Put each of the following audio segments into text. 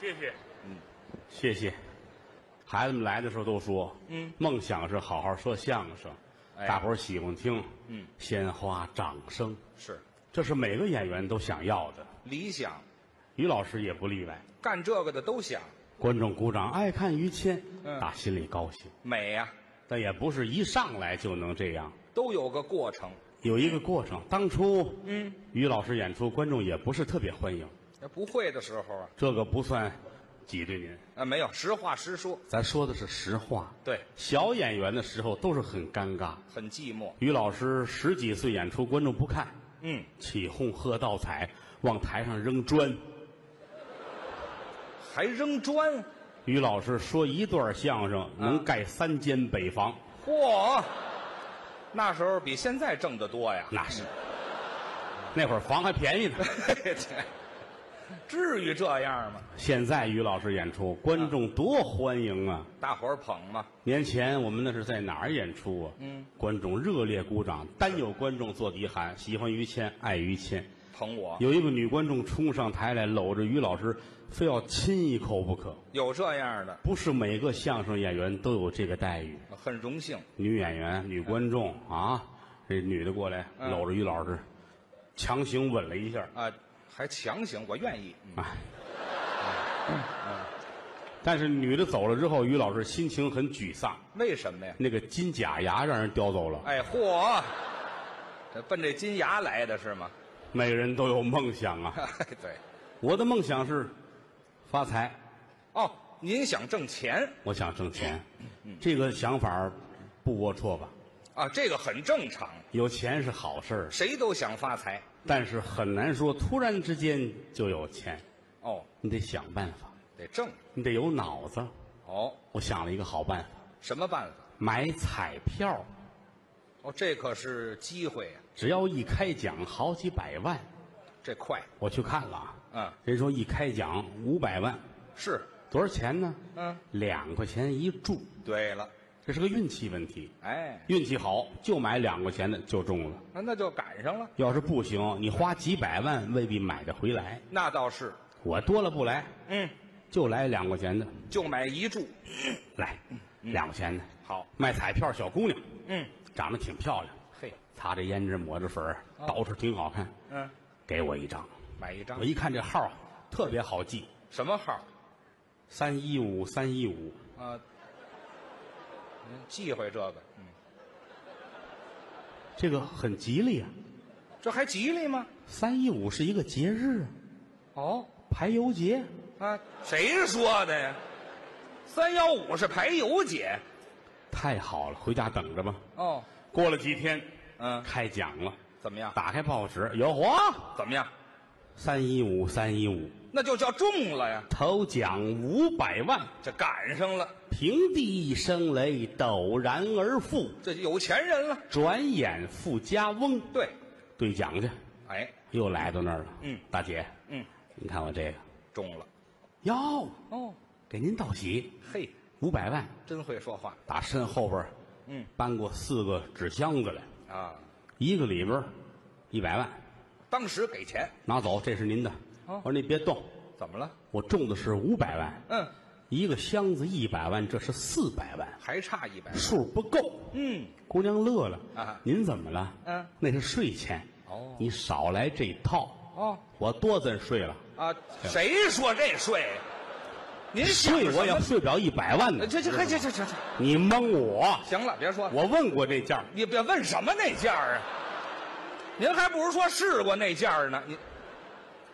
谢谢。嗯谢谢。孩子们来的时候都说，嗯，梦想是好好说相声，哎大伙儿喜欢听，嗯，鲜花、掌声，是这是每个演员都想要的，理想，于老师也不例外。干这个的都想观众鼓掌，爱看于谦，嗯打心里高兴，美呀、但也不是一上来就能这样，都有个过程。有一个过程。当初，嗯，于老师演出，观众也不是特别欢迎，那不会的时候啊，这个不算挤兑您，啊没有，实话实说，咱说的是实话。对，小演员的时候都是很尴尬。很寂寞。于老师十几岁演出，观众不看，嗯，起哄喝倒彩，往台上扔砖。还扔砖，于老师说一段相声能盖三间北房，嚯！那时候比现在挣得多呀。 那是。那会儿房还便宜呢。至于这样吗？现在于老师演出，观众多欢迎啊！大伙儿捧嘛，年前我们那是在哪儿演出啊？嗯，观众热烈鼓掌，单有观众做底喊，喜欢于谦，爱于谦。捧我有一个女观众冲上台来，搂着于老师，非要亲一口不可。有这样的，不是每个相声演员都有这个待遇。很荣幸。女演员、女观众啊，这女的过来嗯搂着于老师，强行吻了一下，啊，还强行，我愿意。嗯哎。但是女的走了之后，于老师心情很沮丧，为什么呀？那个金假牙让人叼走了。哎，嚯，这奔这金牙来的是吗？ 每个人都有梦想啊，哎，对。我的梦想是发财，哦，您想挣钱我想挣钱，嗯这个想法儿不龌龊吧？啊，这个很正常，有钱是好事儿，谁都想发财。但是很难说突然之间就有钱，哦，你得想办法，得挣。你得有脑子。哦，我想了一个好办法，什么办法？买彩票，哦，这可是机会呀、只要一开奖好几百万，这快。我去看了啊，嗯，人说一开奖五百万，是。多少钱呢？嗯，两块钱一注，对了，这是个运气问题。哎，运气好就买两块钱的就中了，那那就赶上了。要是不行，你花几百万未必买得回来。那倒是，我多了不来，嗯，就来两块钱的，就买一注。来两块钱的。好，卖彩票小姑娘嗯，长得挺漂亮，嘿，擦着胭脂抹着粉儿，捯饬挺好看，嗯，给我一张。买一张我。一看这号特别好记，什么号？三一五三一五，啊，嗯，忌讳这个，嗯，这个很吉利啊。这还吉利吗？三一五是一个节日啊，哦，排油节。啊，谁说的呀？三幺五是排油节太好了，回家等着吧。哦，过了几天，嗯，开奖了，怎么样？打开报纸，有嚯，怎么样？三一五三一五，那就叫中了呀，头奖五百万，这赶上了，平地一声雷，陡然而富，这就有钱人了。转眼富家翁。对，兑奖去，哎，又来到那儿了。嗯，大姐，嗯，你看我这个，中了。哟，哦，给您道喜，嘿，五百万，真会说话。打身后边儿嗯搬过四个纸箱子来，啊，一个里边儿一百万，当时给钱，拿走，这是您的。哦我说你别动，怎么了？我中的是五百万，嗯，一个箱子一百万，这是四百万，还差一百。数不够。嗯，姑娘乐了啊您怎么了？嗯那是税钱。哦你少来这套。哦我多咱税了，啊，谁说这税？您想税我什也么税不了一百万呢。这这这这这这，你蒙我，行了，别说了，我问过这价，你别问什么那件儿啊，您还不如说试过那件儿呢。你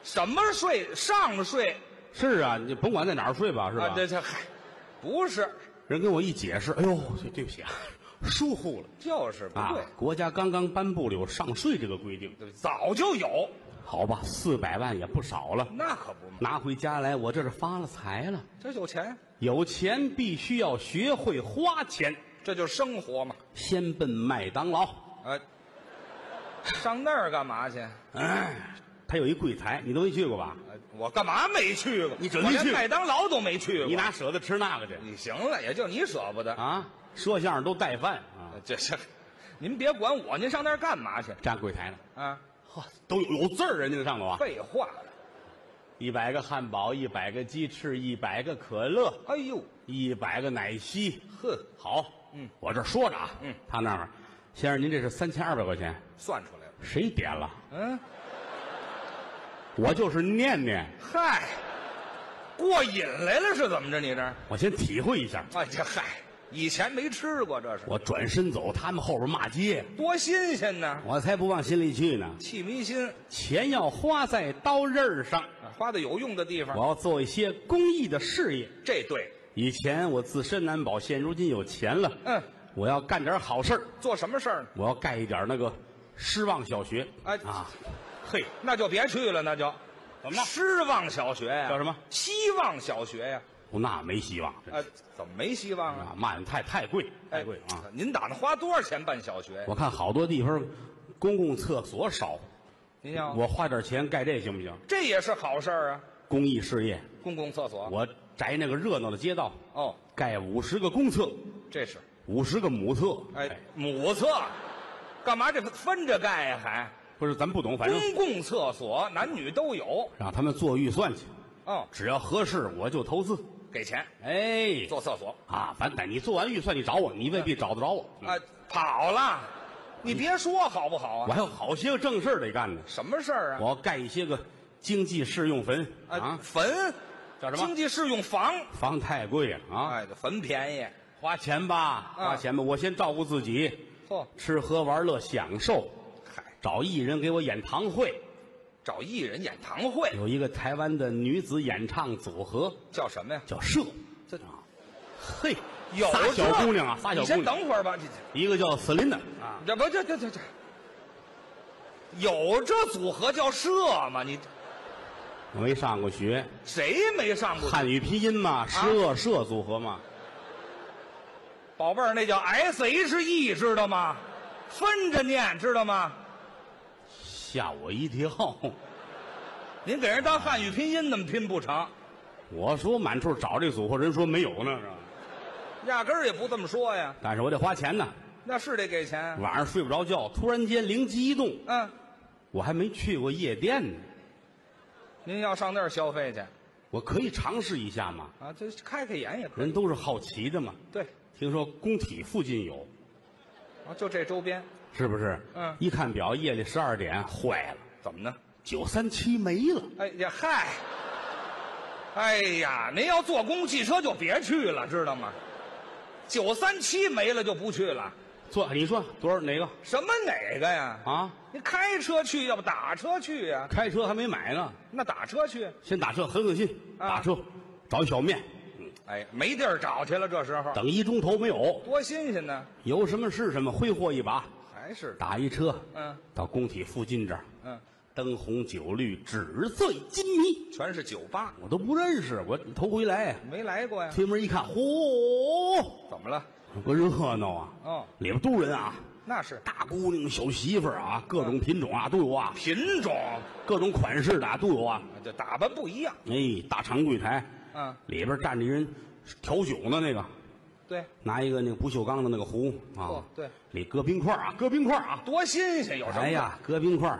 什么税上税是啊，你甭管在哪儿税吧，是吧啊？？这这嗨， 不是，人跟我一解释，哎呦，对对不起啊， 疏忽了就是不对啊，！国家刚刚颁布了有上税这个规定，对早就有，好吧，四百万也不少了，那可不嘛，拿回家来，我这是发了财了。这有钱，有钱必须要学会花钱，这就是生活嘛。先奔麦当劳，啊，上那儿干嘛去？它有一柜台，你都没去过吧？啊我干嘛没去过？你准我备去连麦当劳都没去过。你哪舍得吃那个去你行了，也就你舍不得。啊？说相声都带饭啊，这这，您别管我，您上那儿干嘛去？站柜台呢，啊，呵，都有有字儿，人家上头啊，废话，一百个汉堡，一百个鸡翅，一百个可乐，哎呦，一百个奶昔。呵，好，嗯，我这说着啊，嗯，他那儿，先生，您这是三千二百块钱，算出来了。谁点了？嗯，我就是念念，嗨，过瘾来了是怎么着？你这，我先体会一下。哎这嗨，以前没吃过，这是我转身走，他们后边骂街，多新鲜呢！我才不往心里去呢。气迷心，钱要花在刀刃上，啊花在有用的地方我，要做一些公益的事业。这对。以前我自身难保，现如今有钱了，嗯，我要干点好事儿，做什么事儿呢？我要盖一点那个失望小学。哎啊，嘿，那就别去了，那就怎么了失望小学呀、叫什么希望小学呀、我那没希望，啊？怎么没希望啊，啊？卖的太太贵，哎太贵啊！！您打算花多少钱办小学呀、我看好多地方公共厕所少，您要我花点钱盖这行不行？这也是好事儿啊，公益事业，公共厕所。我宅那个热闹的街道，哦，盖五十个公厕，这是五十个母厕。哎，母厕，干嘛这分着盖呀、还不是咱不懂，反正公共厕所男女都有。让他们做预算去，哦，只要合适我就投资。给钱哎，做厕所啊，反正你做完预算，你找我，你未必找得着我。啊，跑了，你别说好不好我啊？还有好些个正事儿得干呢，什么事儿啊我？要盖一些个经济适用坟啊啊，，坟叫什么啊经济适用房，房太贵了啊，哎，这坟便宜。花钱吧，嗯花钱吧，我先照顾自己，嚯，吃喝玩乐享受，嗨，找艺人给我演堂会，找艺人演堂会有一个台湾的女子演唱组合叫什么呀？叫社，这啊，嘿，有仨小这姑娘啊，仨小你姑先娘，等会儿吧，这一个叫 Selina 啊，这这不这这这这，有这组合叫社吗？你我没上过学，谁没上过？汉语拼音嘛，啊社社组合嘛，宝贝儿，那叫 S H E，知道吗？分着念，知道吗？吓我一跳。您给人当汉语拼音那么拼不成，我说满处找这组合，人说没有呢，是吧？压根儿也不这么说呀。但是我得花钱呢。那是得给钱。啊晚上睡不着觉，突然间灵机一动，嗯，我还没去过夜店呢，您要上那儿消费去我可以尝试一下嘛。啊？就开开眼也可以。人都是好奇的嘛。对，听说工体附近有，啊，就这周边，是不是？嗯一看表，夜里十二点，坏了，怎么呢？九三七没了。哎呀，嗨，哎呀，您要坐公共汽车就别去了，知道吗？九三七没了就不去了，坐，你说多少哪个什么哪个呀？啊？您开车去，要不打车去呀、开车还没买呢，那打车去，先打车，狠狠心，啊打车，找一小面，哎，没地儿找去了，这时候等一钟头没有，多新鲜呢！有什么是什么，挥霍一把，还是打一车，嗯到工体附近这儿，嗯，灯红酒绿，纸醉金迷，全是酒吧，我都不认识，我头回来，啊没来过呀？推门一看，嚯，怎么了？多热闹啊！哦，里边都是人啊，那是大姑娘、小媳妇儿啊，各种品种啊都有啊，品种，各种款式的啊都有啊。这打扮不一样。哎，大长柜台，嗯，里边站着一人调酒呢，那个对，拿一个那个不锈钢的那个壶啊，哦对，里搁冰块啊，搁冰块啊，多新鲜，有什么？哎，呀，搁冰块，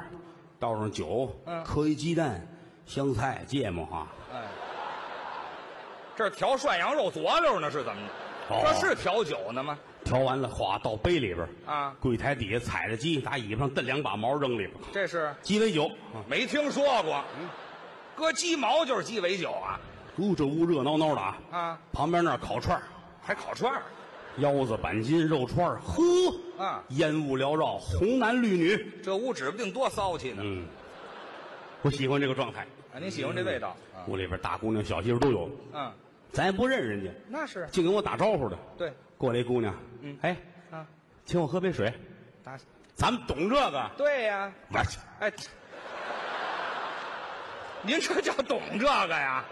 倒上酒嗯，磕一鸡蛋，香菜、芥末啊，哎，这儿调涮羊肉佐料呢，是怎么着？哦这是调酒呢吗？调完了，哗倒杯里边啊嗯柜台底下踩着鸡，打尾巴上蹬两把毛扔里边儿，这是鸡尾酒。没听说过。嗯搁鸡毛就是鸡尾酒啊呜，这屋热闹闹的啊！啊，旁边那儿烤串儿还烤串儿腰子、板筋、肉串儿呵啊烟雾缭绕，红男绿女，这屋指不定多骚气呢。嗯，我喜欢这个状态。啊，您喜欢这味道？啊，屋里边大姑娘、小媳妇都有，嗯，咱也不认识人家，那是净跟我打招呼的。对过来一姑娘，嗯哎，啊，请我喝杯水，打咱们懂这个。对呀，玩去，哎，您这叫懂这个呀？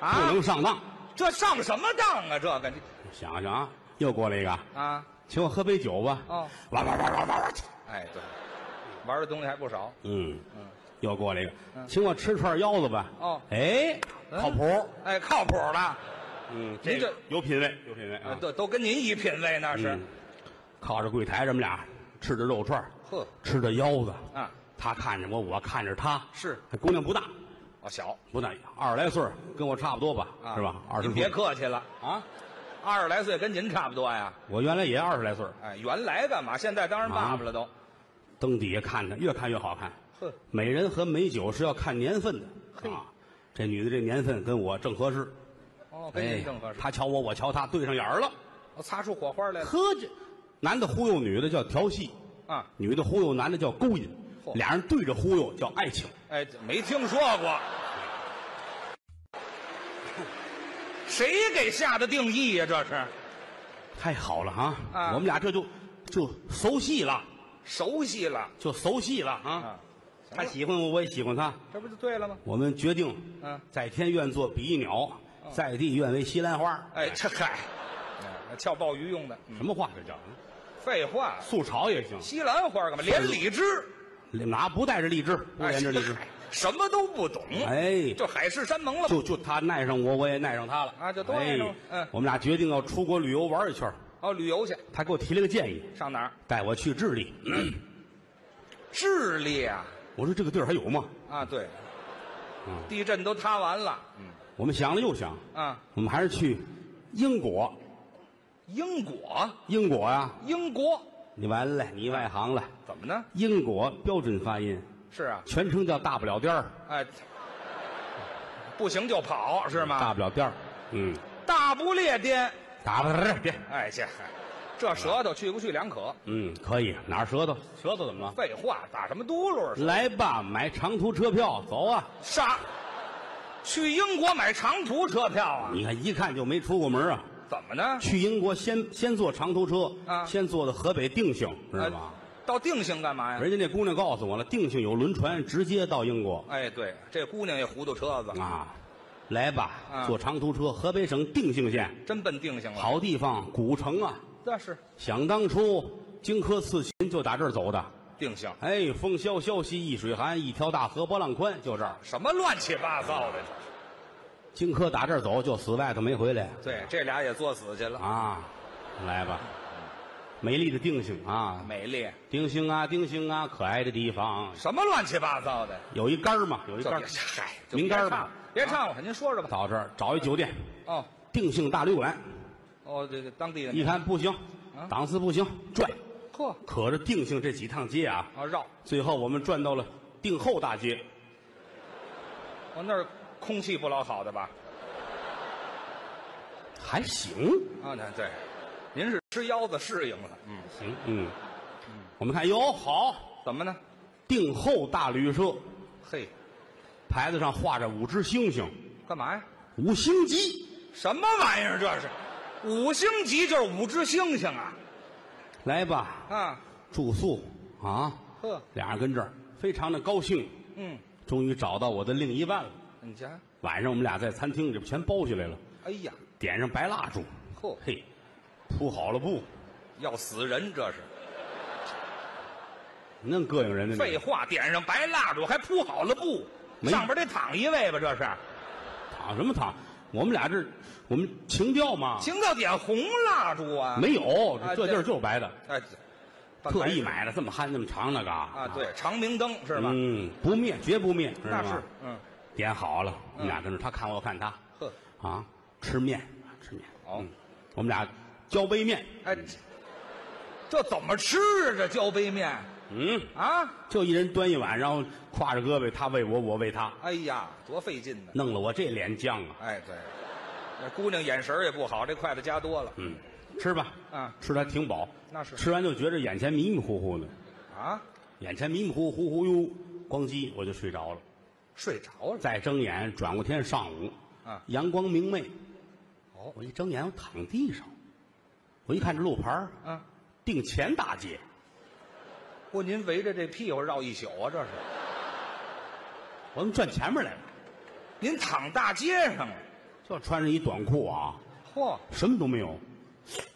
哎不啊，能上当。这上什么当啊？这个你想想啊，又过来一个，啊，请我喝杯酒吧。哦，玩玩玩玩玩玩去。哎，对，玩的东西还不少。嗯，又过来一个，请我吃串腰子吧。嗯哦哎，嗯靠谱。哎，靠谱了，嗯，这个有品位，有品位啊啊，。都都跟您一品位那是嗯。靠着柜台，这么俩吃着肉串儿，呵吃着腰子啊，他看着我，我看着他。哎是姑娘不大，哦，小不大，二十来岁儿跟我差不多吧，啊是吧？二十您别出客气了，啊！二十来岁跟您差不多呀。我原来也二十来岁儿，哎，原来干嘛？现在当然爸爸了都。灯底下看着，越看越好看。哼，美人和美酒是要看年份的啊。这女的这年份跟我正合适，哦，跟哎您正合，适。她瞧我，我瞧她，对上眼儿了。我擦出火花来了呵，这男的忽悠女的叫调戏，啊！女的忽悠男的叫勾引，嚯俩人对着忽悠叫爱情。哎，没听说过。谁给下的定义呀、这是太好了哈、啊我们俩这就就熟悉了，熟悉了就熟悉了啊。啊，她喜欢我，我也喜欢她，这不就对了吗？我们决定，嗯、哦在天愿做比翼鸟，在地愿为西兰花。哎，这嗨，哎撬鲍鱼用的。嗯什么话这叫？废话，素炒也行，西兰花干嘛？连理枝，拿不带着荔枝，不连着荔枝。哎 什么都不懂。哎，就海誓山盟了吧。就就他爱上我，我也爱上他了哎啊就都爱上了嗯我们俩决定要出国旅游玩一圈儿。哦，旅游去，他给我提了个建议，上哪儿？带我去智利。智利啊，我说这个地儿还有吗？啊对嗯，地震都塌完了。嗯我们想了又想，啊，我们还是去英国。英国，英国啊呀、英国你完了，你外行了。怎么呢？英国标准发音，是啊，全称叫大不了颠儿，哎，不行就跑是大吗？不了颠儿。嗯，大不列颠，打不了颠儿。哎这嗨这舌头去不去两可？嗯，可以。哪儿舌头？舌头怎么了？废话，打什么嘟噜啊？来吧，买长途车票，走啊！杀！去英国买长途车票啊？你看，一看就没出过门啊。怎么呢？去英国先先坐长途车，啊先坐到河北定兴，知道啊吗？到定兴干嘛呀？人家那姑娘告诉我了，定兴有轮船直接到英国哎，对，这姑娘也糊涂车子，啊。来吧，啊坐长途车，河北省定兴县，真奔定兴了。，好地方，古城啊。那是想当初，荆轲刺秦就打这儿走的。定兴，哎，风萧萧兮易水寒，一条大河波浪宽，就这儿。什么乱七八糟的？这荆轲打这儿走，就死外头没回来。对，这俩也作死去了。啊，来吧，美丽的定兴啊，美丽，定兴啊，定兴啊，可爱的地方。什么乱七八糟的？有一杆儿嘛，有一这杆别儿，嗨，就明别杆儿唱了吧别唱了，您说说吧。到这儿找一酒店，哦定兴大旅馆。哦，这这当地人一看不行，档次不行，转。呵可着定兴这几趟街啊，啊绕，最后我们转到了定后大街。哦那儿空气不老好的吧？还行，啊，那对，您是吃腰子适应了，嗯，行，嗯，我们看哟，好，怎么呢？定后大旅社嘿，牌子上画着五只星星，干嘛呀？五星级。什么玩意儿这是？五星级就是五只星星啊来吧，啊！住宿啊，呵，俩人跟这儿非常的高兴，嗯，终于找到我的另一半了。你瞧，晚上我们俩在餐厅里边全包起来了，哎呀，点上白蜡烛，嚯，嘿，铺好了布，要死人这是！那膈应人的那废个话，点上白蜡烛还铺好了布，没啊上边得躺一位吧？这是躺什么躺？我们俩这我们情调嘛，情调点红蜡烛啊？没有啊，这对地儿就是白的，哎，特意买的这么憨这么长那个啊，啊对，长明灯是吧？嗯，不灭绝不灭，知道那吗是？，嗯，点好了，我们俩跟着他看我，我看他，呵，啊，吃面吃面，哦嗯，我们俩交杯面，哎，这怎么吃啊？这浇杯面嗯，啊？就一人端一碗，然后挎着胳膊，他喂我，我喂他，哎呀，多费劲呢！弄了我这脸僵啊，哎，对，那姑娘眼神儿也不好，这筷子夹多了嗯，吃吧，啊吃的还挺饱，那是吃完就觉着眼前迷迷糊糊的，啊！眼前迷迷糊糊糊哟，咣叽我就睡着了。睡着了，再睁眼，转过天上午，啊阳光明媚。哦我一睁眼，我躺地上，我一看这路牌儿啊！定前大街，不，您围着这屁股绕一宿啊？这是我们转前面来了，您躺大街上了，就穿着一短裤啊，嚯什么都没有，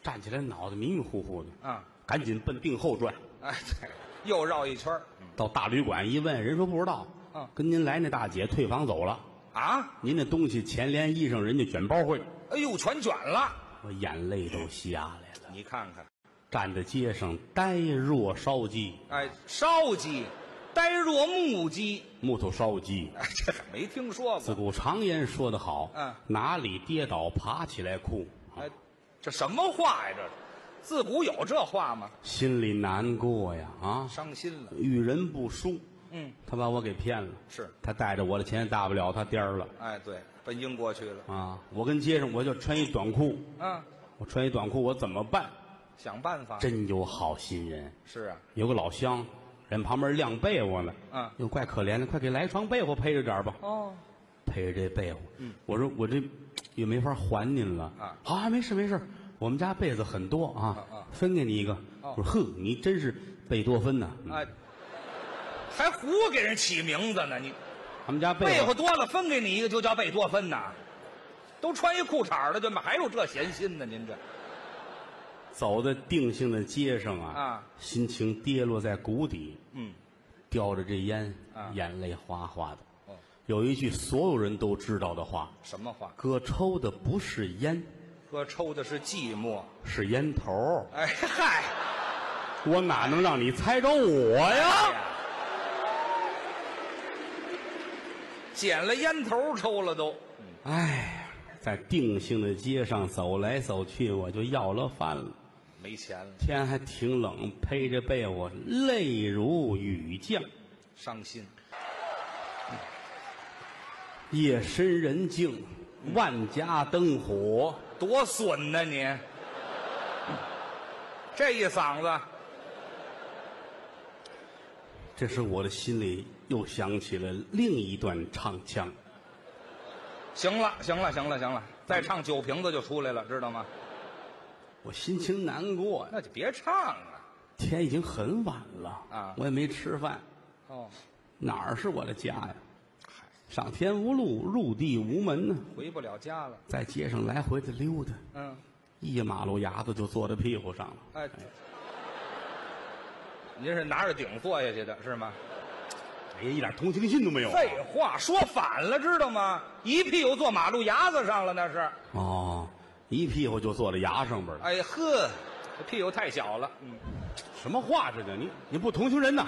站起来脑袋迷迷糊糊的，啊！赶紧奔定后转。哎，对，又绕一圈儿到大旅馆一问，人说不知道，嗯跟您来那大姐退房走了，啊！您那东西前连衣裳人家卷包会，哎呦，全卷了！我眼泪都下来了，你看看，站在街上呆若烧鸡，哎，烧鸡呆若木鸡， 木头烧鸡。哎这没听说自过。古常言说得好，嗯哪里跌倒爬起来哭，哎，这什么话呀？这是自古有这话吗？心里难过呀啊，伤心了。遇人不淑，嗯，他把我给骗了，是他带着我的钱，大不了他颠儿了哎，对，奔英国去了。啊，我跟街上我就穿一短裤，嗯，我穿一短裤我怎么办？想办法。真有好心人，是啊，有个老乡，人旁边晾被窝呢，嗯哟，怪可怜的，快给来床被窝披着点儿吧，哦，陪着这被窝。我说我这也没法还您了。嗯啊好、没事没事，我们家被子很多啊，啊啊分给你一个。哦我说哼，你真是贝多芬呐、嗯哎，还胡给人起名字呢。你他们家被被窝窝多了，分给你一个就叫贝多芬呐。都穿一裤衩了，怎么还有这闲心呢？您这走在定性的街上啊，啊心情跌落在谷底，嗯，叼着这烟，啊眼泪哗哗的。哦，有一句所有人都知道的话：什么话？哥抽的不是烟，哥抽的是寂寞。是烟头儿。哎嗨，我哪能让你猜着我呀？哎呀捡了烟头抽了都。哎，在定性的街上走来走去，我就要了饭了。没钱了，天还挺冷，披着被窝，泪如雨降。伤心。夜深人静，万家灯火，多损呐、你！这一嗓子，这时我的心里又想起了另一段唱腔。行了，行了，行了，行了，再唱酒瓶子就出来了，知道吗？我心情难过呀，那就别唱了。天已经很晚了啊我也没吃饭，哦，哪儿是我的家呀？上天无路，入地无门呢，回不了家了。在街上来回的溜达，嗯，一马路牙子就坐在屁股上了。哎，您是拿着顶坐下去的是吗？哎呀，一点同情心都没有啊、废话，说反了，知道吗？一屁股坐马路牙子上了，那是。哦，一屁股就坐在牙上边了。哎呵，这屁股太小了。嗯，什么话这叫你？你不同情人呐！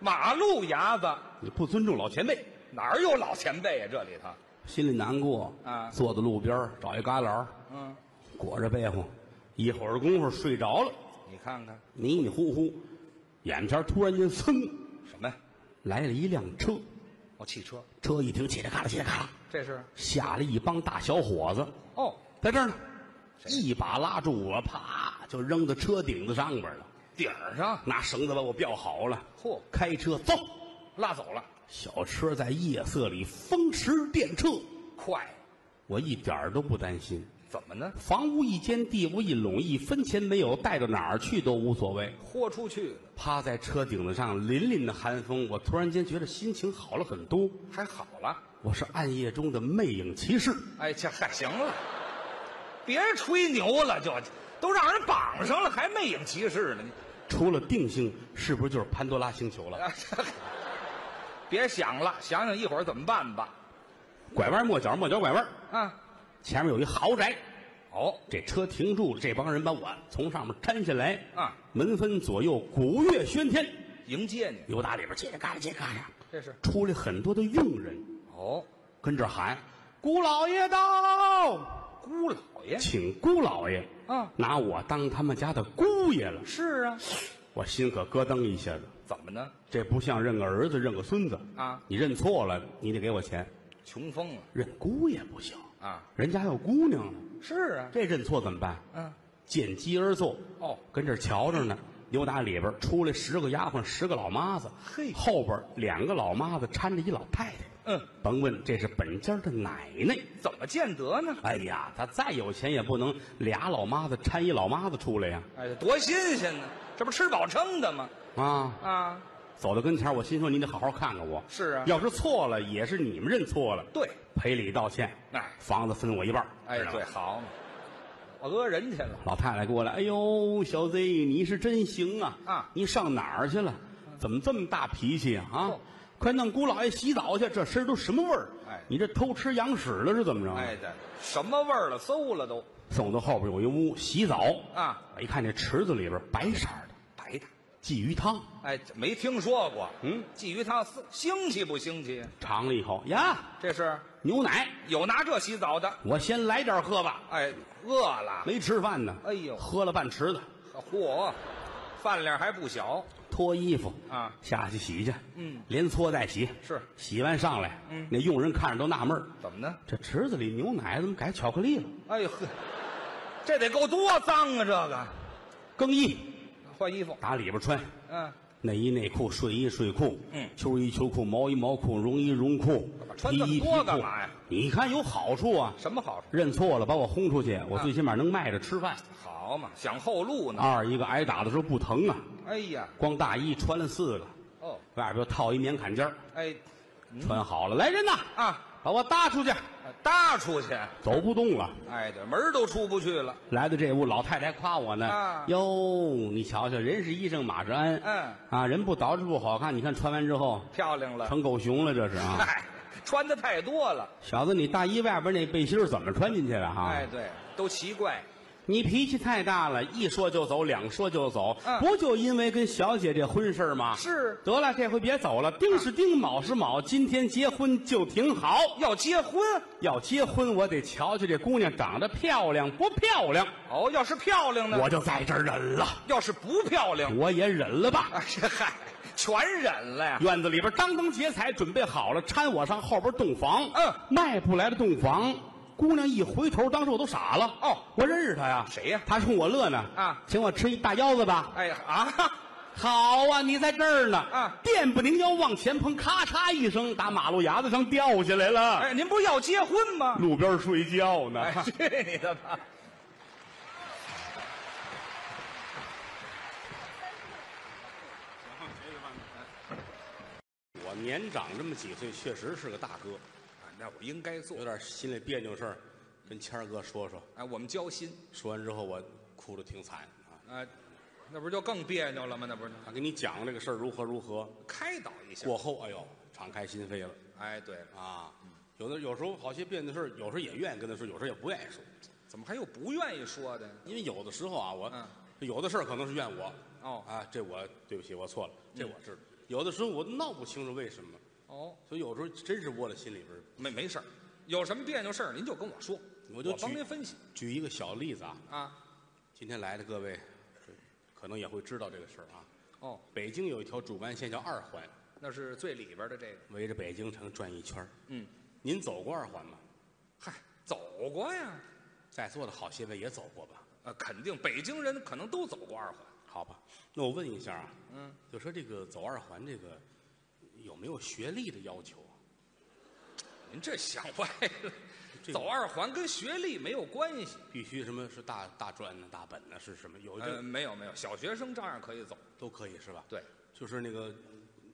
马路牙子你不尊重老前辈，哪儿有老前辈呀、这里头。心里难过啊坐在路边儿找一旮旯儿，嗯，裹着被窝，一会儿功夫睡着了，你看看迷迷糊糊，眼前突然间噌什么呀？来了一辆车，哦，汽车，车一停，起来咔啦起来咔啦，这是下来一帮大小伙子，哦，在这儿呢，一把拉住我，啪就扔到车顶子上边了，顶上，拿绳子把我吊好了，嚯，开车走。拉走了，小车在夜色里风驰电掣，快，我一点儿都不担心。怎么呢？房屋一间，地屋一垄，一分钱没有，带到哪儿去都无所谓。豁出去了，趴在车顶子上，凛凛的寒风，我突然间觉得心情好了很多。还好了。我是暗夜中的魅影骑士，哎，这还行了，别吹牛了，就都让人绑上了，还魅影骑士呢。你 除了定性，是不是就是潘多拉星球了？哎这别想了，想想一会儿怎么办吧。拐弯抹角，抹角拐弯，啊，前面有一豪宅，哦，这车停住了，这帮人把我从上面搀下来，啊，门分左右，鼓乐喧天，迎接你，由打里边叽里嘎啦叽里嘎啦。这是出来很多的佣人哦，跟这儿喊：“姑老爷到，姑老爷请姑老爷！”啊，拿我当他们家的姑爷了，是啊，我心可咯噔一下子。怎么呢？这不像认个儿子，认个孙子啊你认错了，你得给我钱。穷疯了认姑爷不行，啊，人家有姑娘呢，是啊，这认错怎么办？嗯，见机而坐，哦，跟这儿瞧着呢。扭打里边儿出来十个丫鬟，十个老妈子，嘿后边儿两个老妈子搀着一老太太，嗯，甭问，这是本家的奶奶。怎么见得呢？哎呀，他再有钱也不能俩老妈子搀一老妈子出来呀、哎，多新鲜呢！这不吃饱撑的吗？啊！啊，走到跟前儿，我心说你得好好看看我。是啊要是错了，也是你们认错了，对，赔礼道歉，哎房子分我一半儿。哎知，道吗对，，好嘛，我讹人去了。老太太过来，哎呦，小 Z，你是真行啊！啊嗯你上哪儿去了？怎么这么大脾气啊？啊哦快弄姑老爷洗澡去，这身都什么味儿？哎你这偷吃羊屎了是怎么着？啊哎，，对，什么味儿了？馊了都送到后边有一屋洗澡啊，我一看这池子里边白色儿的，白的，鲫鱼汤，哎，没听说过。嗯，鲫鱼汤兴起不兴起？尝了一口呀，这是牛奶，有拿这洗澡的。我先来点儿喝吧，哎，饿了，没吃饭呢，哎呦喝了半池子，嚯，饭量还不小。脱衣服啊下去洗去，嗯，连搓带洗，是洗完上来，嗯，那佣人看着都纳闷儿怎么呢？这池子里牛奶怎么改巧克力了？哎呦呵，这得够多脏啊！这个更衣换衣服，打里边穿，嗯，内衣内裤、睡衣睡裤，嗯秋衣秋裤、毛衣毛裤、绒衣绒裤，穿这么多干嘛呀皮衣皮裤？你看有好处啊，什么好处？认错了把我轰出去，我啊最起码能迈着吃饭。好嘛，想后路呢。二一个挨打的时候不疼啊，哎呀，光大衣穿了四个，哦，外边套一棉坎肩儿哎，穿好了，来人呐，啊，把我搭出去，搭出去，走不动了。哎，这门儿都出不去了。来到这屋，老太太夸我呢啊，哟，你瞧瞧，人是医生，马是鞍，嗯，啊，人不捯饬不好看，你看穿完之后漂亮了，成狗熊了，这是啊。 哎，穿的太多了。小子，你大衣外边那背心儿怎么穿进去的哈？哎，对，都奇怪。你脾气太大了，一说就走，两说就走，嗯不就因为跟小姐这婚事儿吗？是得了，这回别走了，丁是丁，卯是卯，今天结婚就挺好。要结婚要结婚，我得瞧瞧这姑娘长得漂亮不漂亮，哦，要是漂亮呢？我就在这儿忍了，要是不漂亮，我也忍了吧。哎呀嗨，全忍了呀。院子里边当当结彩，准备好了，搀我上后边洞房。嗯迈不来的洞房，姑娘一回头，当时我都傻了。哦我认识她呀，谁呀她冲我乐呢。啊请我吃一大腰子吧。哎呀啊， 好啊，你在这儿呢。啊垫不宁腰往前碰，咔嚓一声打马路牙子上掉下来了，哎，您不是要结婚吗？路边睡觉呢。哎，去你的吧！ 啊我年长这么几岁，确实是个大哥，那我应该做有。点心里别扭事儿，跟谦儿哥说说。哎，我们交心说完之后，我哭的挺惨啊。啊，那不就更别扭了吗？那不是他给你讲这个事儿如何如何。开导一下。过后，哎呦，敞开心扉了哎，对了，啊！有的有时候好些别的事儿，有时候也愿意跟他说，有时候也不愿意说，怎么还有不愿意说的呀？因为有的时候啊，我、嗯有的事儿可能是怨我，哦啊，这我对不起，我错了，这嗯我知道。有的时候我闹不清楚为什么，哦，所以有时候真是窝在心里边儿。没没事儿，有什么别扭事儿您就跟我说，我就帮举您分析举一个小例子啊，啊。今天来的各位可能也会知道这个事儿啊。哦，北京有一条主干线叫二环，那是最里边的这个。围着北京城转一圈儿嗯，您走过二环吗？嗨，走过呀，在座的好些位也走过吧？啊，肯定北京人可能都走过二环。好吧，那我问一下啊，嗯，就说这个走二环这个有没有学历的要求啊？您这想歪了，这个走二环跟学历没有关系。必须什么是大大专呢、大本呢、是什么？有呃，的没有没有，小学生照样可以走。都可以是吧？，对，就是那个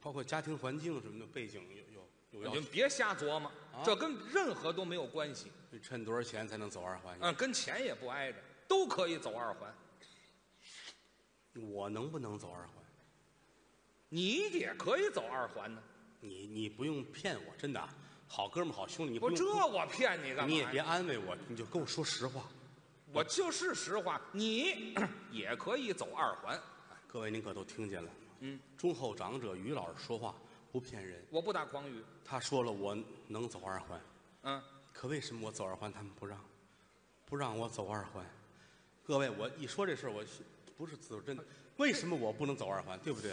包括家庭环境什么的背景有有有要啊您求，别瞎琢磨，这跟任何都没有关系。趁多少钱才能走二环？嗯，跟钱也不挨着，都可以走二环。我能不能走二环？你也可以走二环呢，你你不用骗我，真的啊，好哥们儿好兄弟，你我不这用我骗你干嘛？你也别，安慰我，你就跟我说实话。我就是实话，你也可以走二环，各位您可都听见了，嗯，忠厚长者于老师说话不骗人，我不打诳语。他说了我能走二环。嗯，可为什么我走二环他们不让，不让我走二环？各位，我一说这事儿，我心不是自真的。为什么我不能走二环？对不对？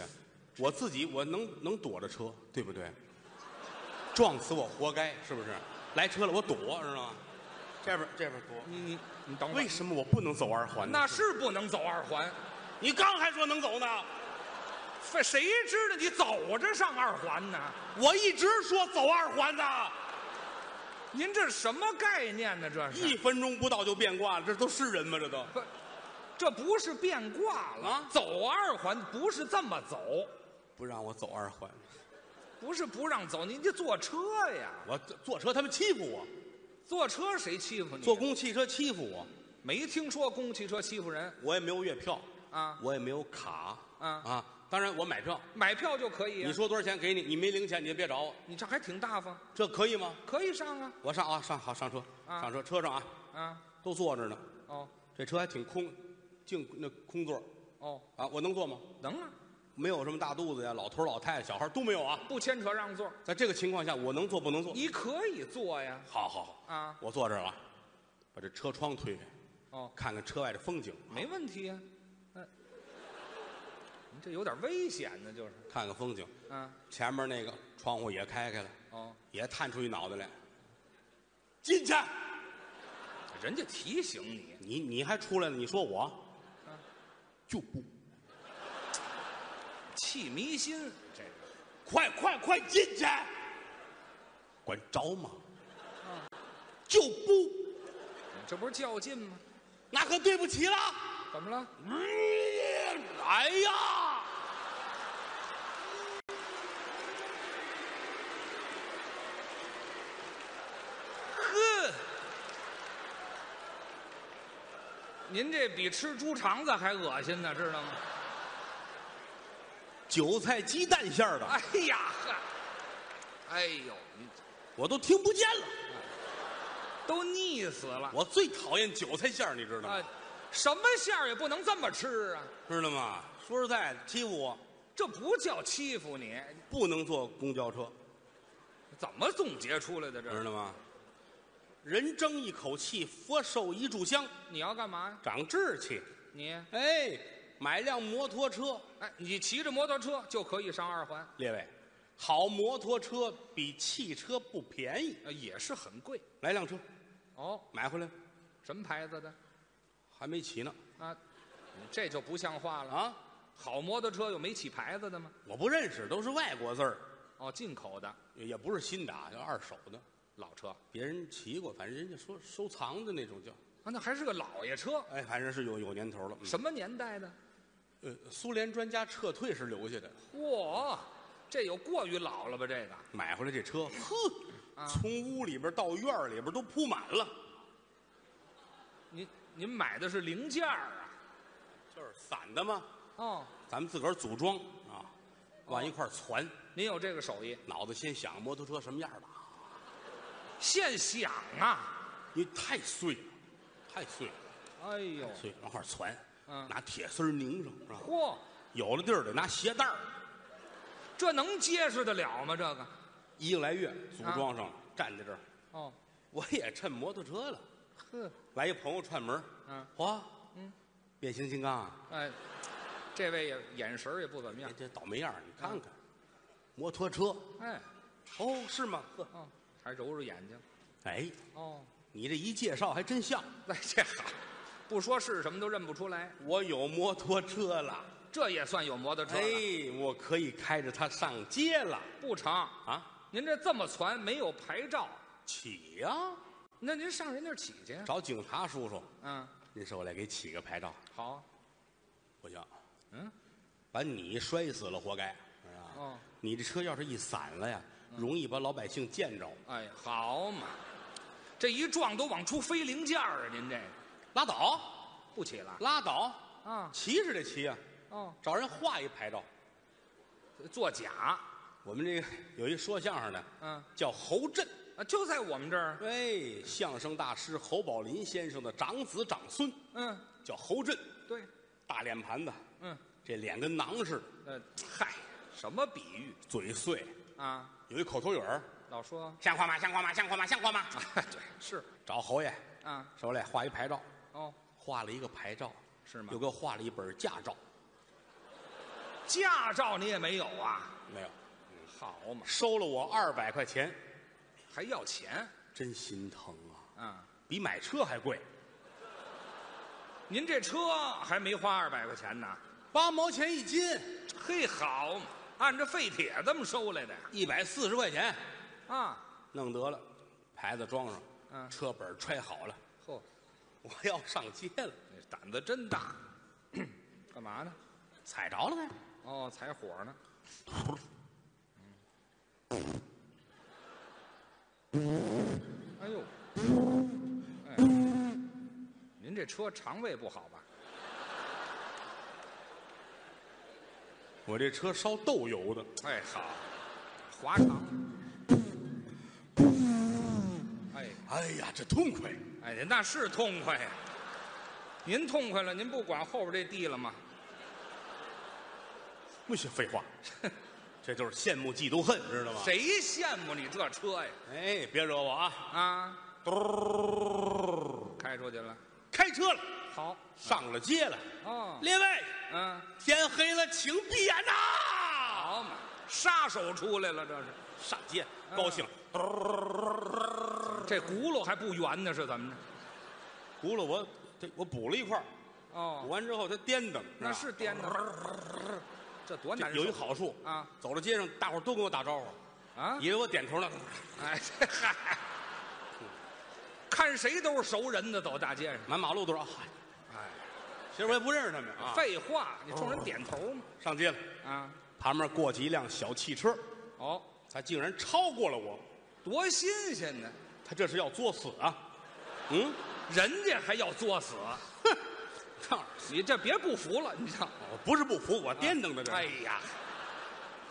我自己我能能躲着车，对不对？撞死我活该，是不是？来车了我躲，知道吗？这边这边躲。你你你等会为儿，什么我不能走二环呢？那是不能走二环。你刚还说能走呢，非谁知道你走着上二环呢？我一直说走二环呢，您这什么概念呢？这一是，分钟不到就变卦了，这都是人吗？这都这不是变卦了？啊走二环不是这么走，不让我走二环，不是不让走，您就坐车呀。我坐车他们欺负我，坐车谁欺负你？坐公共汽车欺负我。没听说公共汽车欺负人我也没有月票啊我也没有卡啊当然我买票，买票就可以、啊。你说多少钱给你，你没零钱你就别找我，你这还挺大方，这可以吗？可以上啊我上啊上好上车、啊上车，车上啊啊都坐着呢，哦这车还挺空，净那空座哦，啊，我能坐吗？能啊，没有什么大肚子呀，老头儿老太太、小孩儿都没有啊。不牵扯让座，在这个情况下，我能坐不能坐？你可以坐呀。好好好，啊，我坐这儿了，把这车窗推开，哦，看看车外的风景，没问题呀、嗯，你这有点危险呢，就是看看风景。啊，前面那个窗户也开开了，哦，也探出一脑袋来，进去。人家提醒你，你你还出来了？你说我，就不气迷心，这个快快快进去，管着吗？就不，你这不是较劲吗？那可对不起了。怎么了？嗯哎呀，呵，您这比吃猪肠子还恶心呢，知道吗？韭菜鸡蛋馅儿的，哎呀，呵，哎呦，你我都听不见了。都腻死了。我最讨厌韭菜馅儿，你知道啊吗？，什么馅儿也不能这么吃啊！知道吗？说实在的，欺负我这不叫欺负你，不能坐公交车，怎么总结出来的这？知道吗？人争一口气，佛受一炷香，你要干嘛呀？长志气。你哎，买辆摩托车，哎，你骑着摩托车就可以上二环，列位，好摩托车比汽车不便宜。呃也是很贵来辆车，哦。买回来什么牌子的还没骑呢啊？你这就不像话了。啊！好摩托车有没起牌子的吗？我不认识，都是外国字儿，哦，进口的也不是新的，啊，就二手的，老车啊，别人骑过，反正人家说收藏的那种叫，那还是个老爷车，哎，反正是有有年头了。嗯什么年代的？呃，苏联专家撤退是留下的，嚯，这有过于老了吧？这个买回来这车，呵，从屋里边到院儿里边都铺满了，您您买的是零件儿啊？就是散的嘛，哦，咱们自个儿组装啊，往一块儿攒。您有这个手艺，脑子先想摩托车什么样的啊，现想啊！因为太碎了，太碎了，哎呦，碎了往块儿攒，嗯拿铁丝儿拧上，是吧？嚯，有了地儿得拿鞋带儿，这能结实得了吗？这个一个来月组装上了，站在这儿，哦，我也趁摩托车了，呵，来一朋友串门儿，嗯嚯，嗯，变形金刚啊，哎，这位也眼神儿也不怎么样你。这倒霉样儿，你看看，摩托车，哎，嗯哦，是吗？呵，哦，还揉揉眼睛。哎，哦，你这一介绍还真像， 哎，这好，不说是什么都认不出来，我有摩托车了，这也算有摩托车了。哎，我可以开着它上街了不成，啊。您这这么传没有牌照，起呀、那您上人那儿起去呀？找警察叔叔，嗯，您说我来给起个牌照，好，不行，嗯，把你摔死了活该，是吧？哦，你这车要是一散了呀，容易把老百姓见着，哎，好嘛，这一撞都往出飞零件儿啊！您这个拉倒，不起了拉倒，啊？骑是得骑啊，哦，找人画一牌照。作假，我们这个有一说相声的，嗯叫侯震，啊，就在我们这儿，哎，相声大师侯宝林先生的长子长孙，嗯，叫侯震，对，大脸盘子，嗯，这脸跟馕似的，呃，嗨，什么比喻嘴碎，啊？有一口头语儿，老说，像话吗？像话吗？像话吗？像话吗？ 对，是找侯爷，啊，手里画一牌照，哦，画了一个牌照，是吗又？给我画了一本驾照，驾照你也没有啊？没有，好嘛，收了我二百块钱，还要钱真心疼啊，啊？比买车还贵，您这车还没花二百块钱呢？八毛钱一斤，嘿，好嘛，按着废铁这么收来的呀？一百四十块钱，啊，弄得了，牌子装上，嗯车本揣好了，嚯， 我要上街了，那胆子真大，嗯干嘛呢？踩着了呗，哦，踩火呢？哎呦，哎，您这车肠胃不好吧？我这车烧豆油的，哎，好，滑肠。哎哎呀，这痛快，哎，那是痛快呀！您痛快了，您不管后边这地了吗？不许废话， 这就是羡慕嫉妒恨，知道吗？谁羡慕你这车呀？哎，别惹我啊！啊，开出去了，开车了，好上了街了。哦，列位，嗯，天黑了，请闭眼呐！好嘛，杀手出来了，这是上街，高兴。这轱辘还不圆呢，是怎么着？轱辘我这我补了一块儿补哦，完之后它颠的，那吧是颠的，这多这难受有一好处啊！走到街上，大伙儿都跟我打招呼，啊！以为我点头呢。哎， 这嗨，看谁都是熟人的，走大街上。满马路都是啊，哎，其实我也不认识他们啊。废话，你冲人点头嘛。上街了，啊，旁边过去一辆小汽车，哦，他竟然超过了我，多新鲜呢！他这是要作死啊！嗯，人家还要作死，告诉你这别不服了，你这。你我不是不服，我颠蹬的这，哎呀，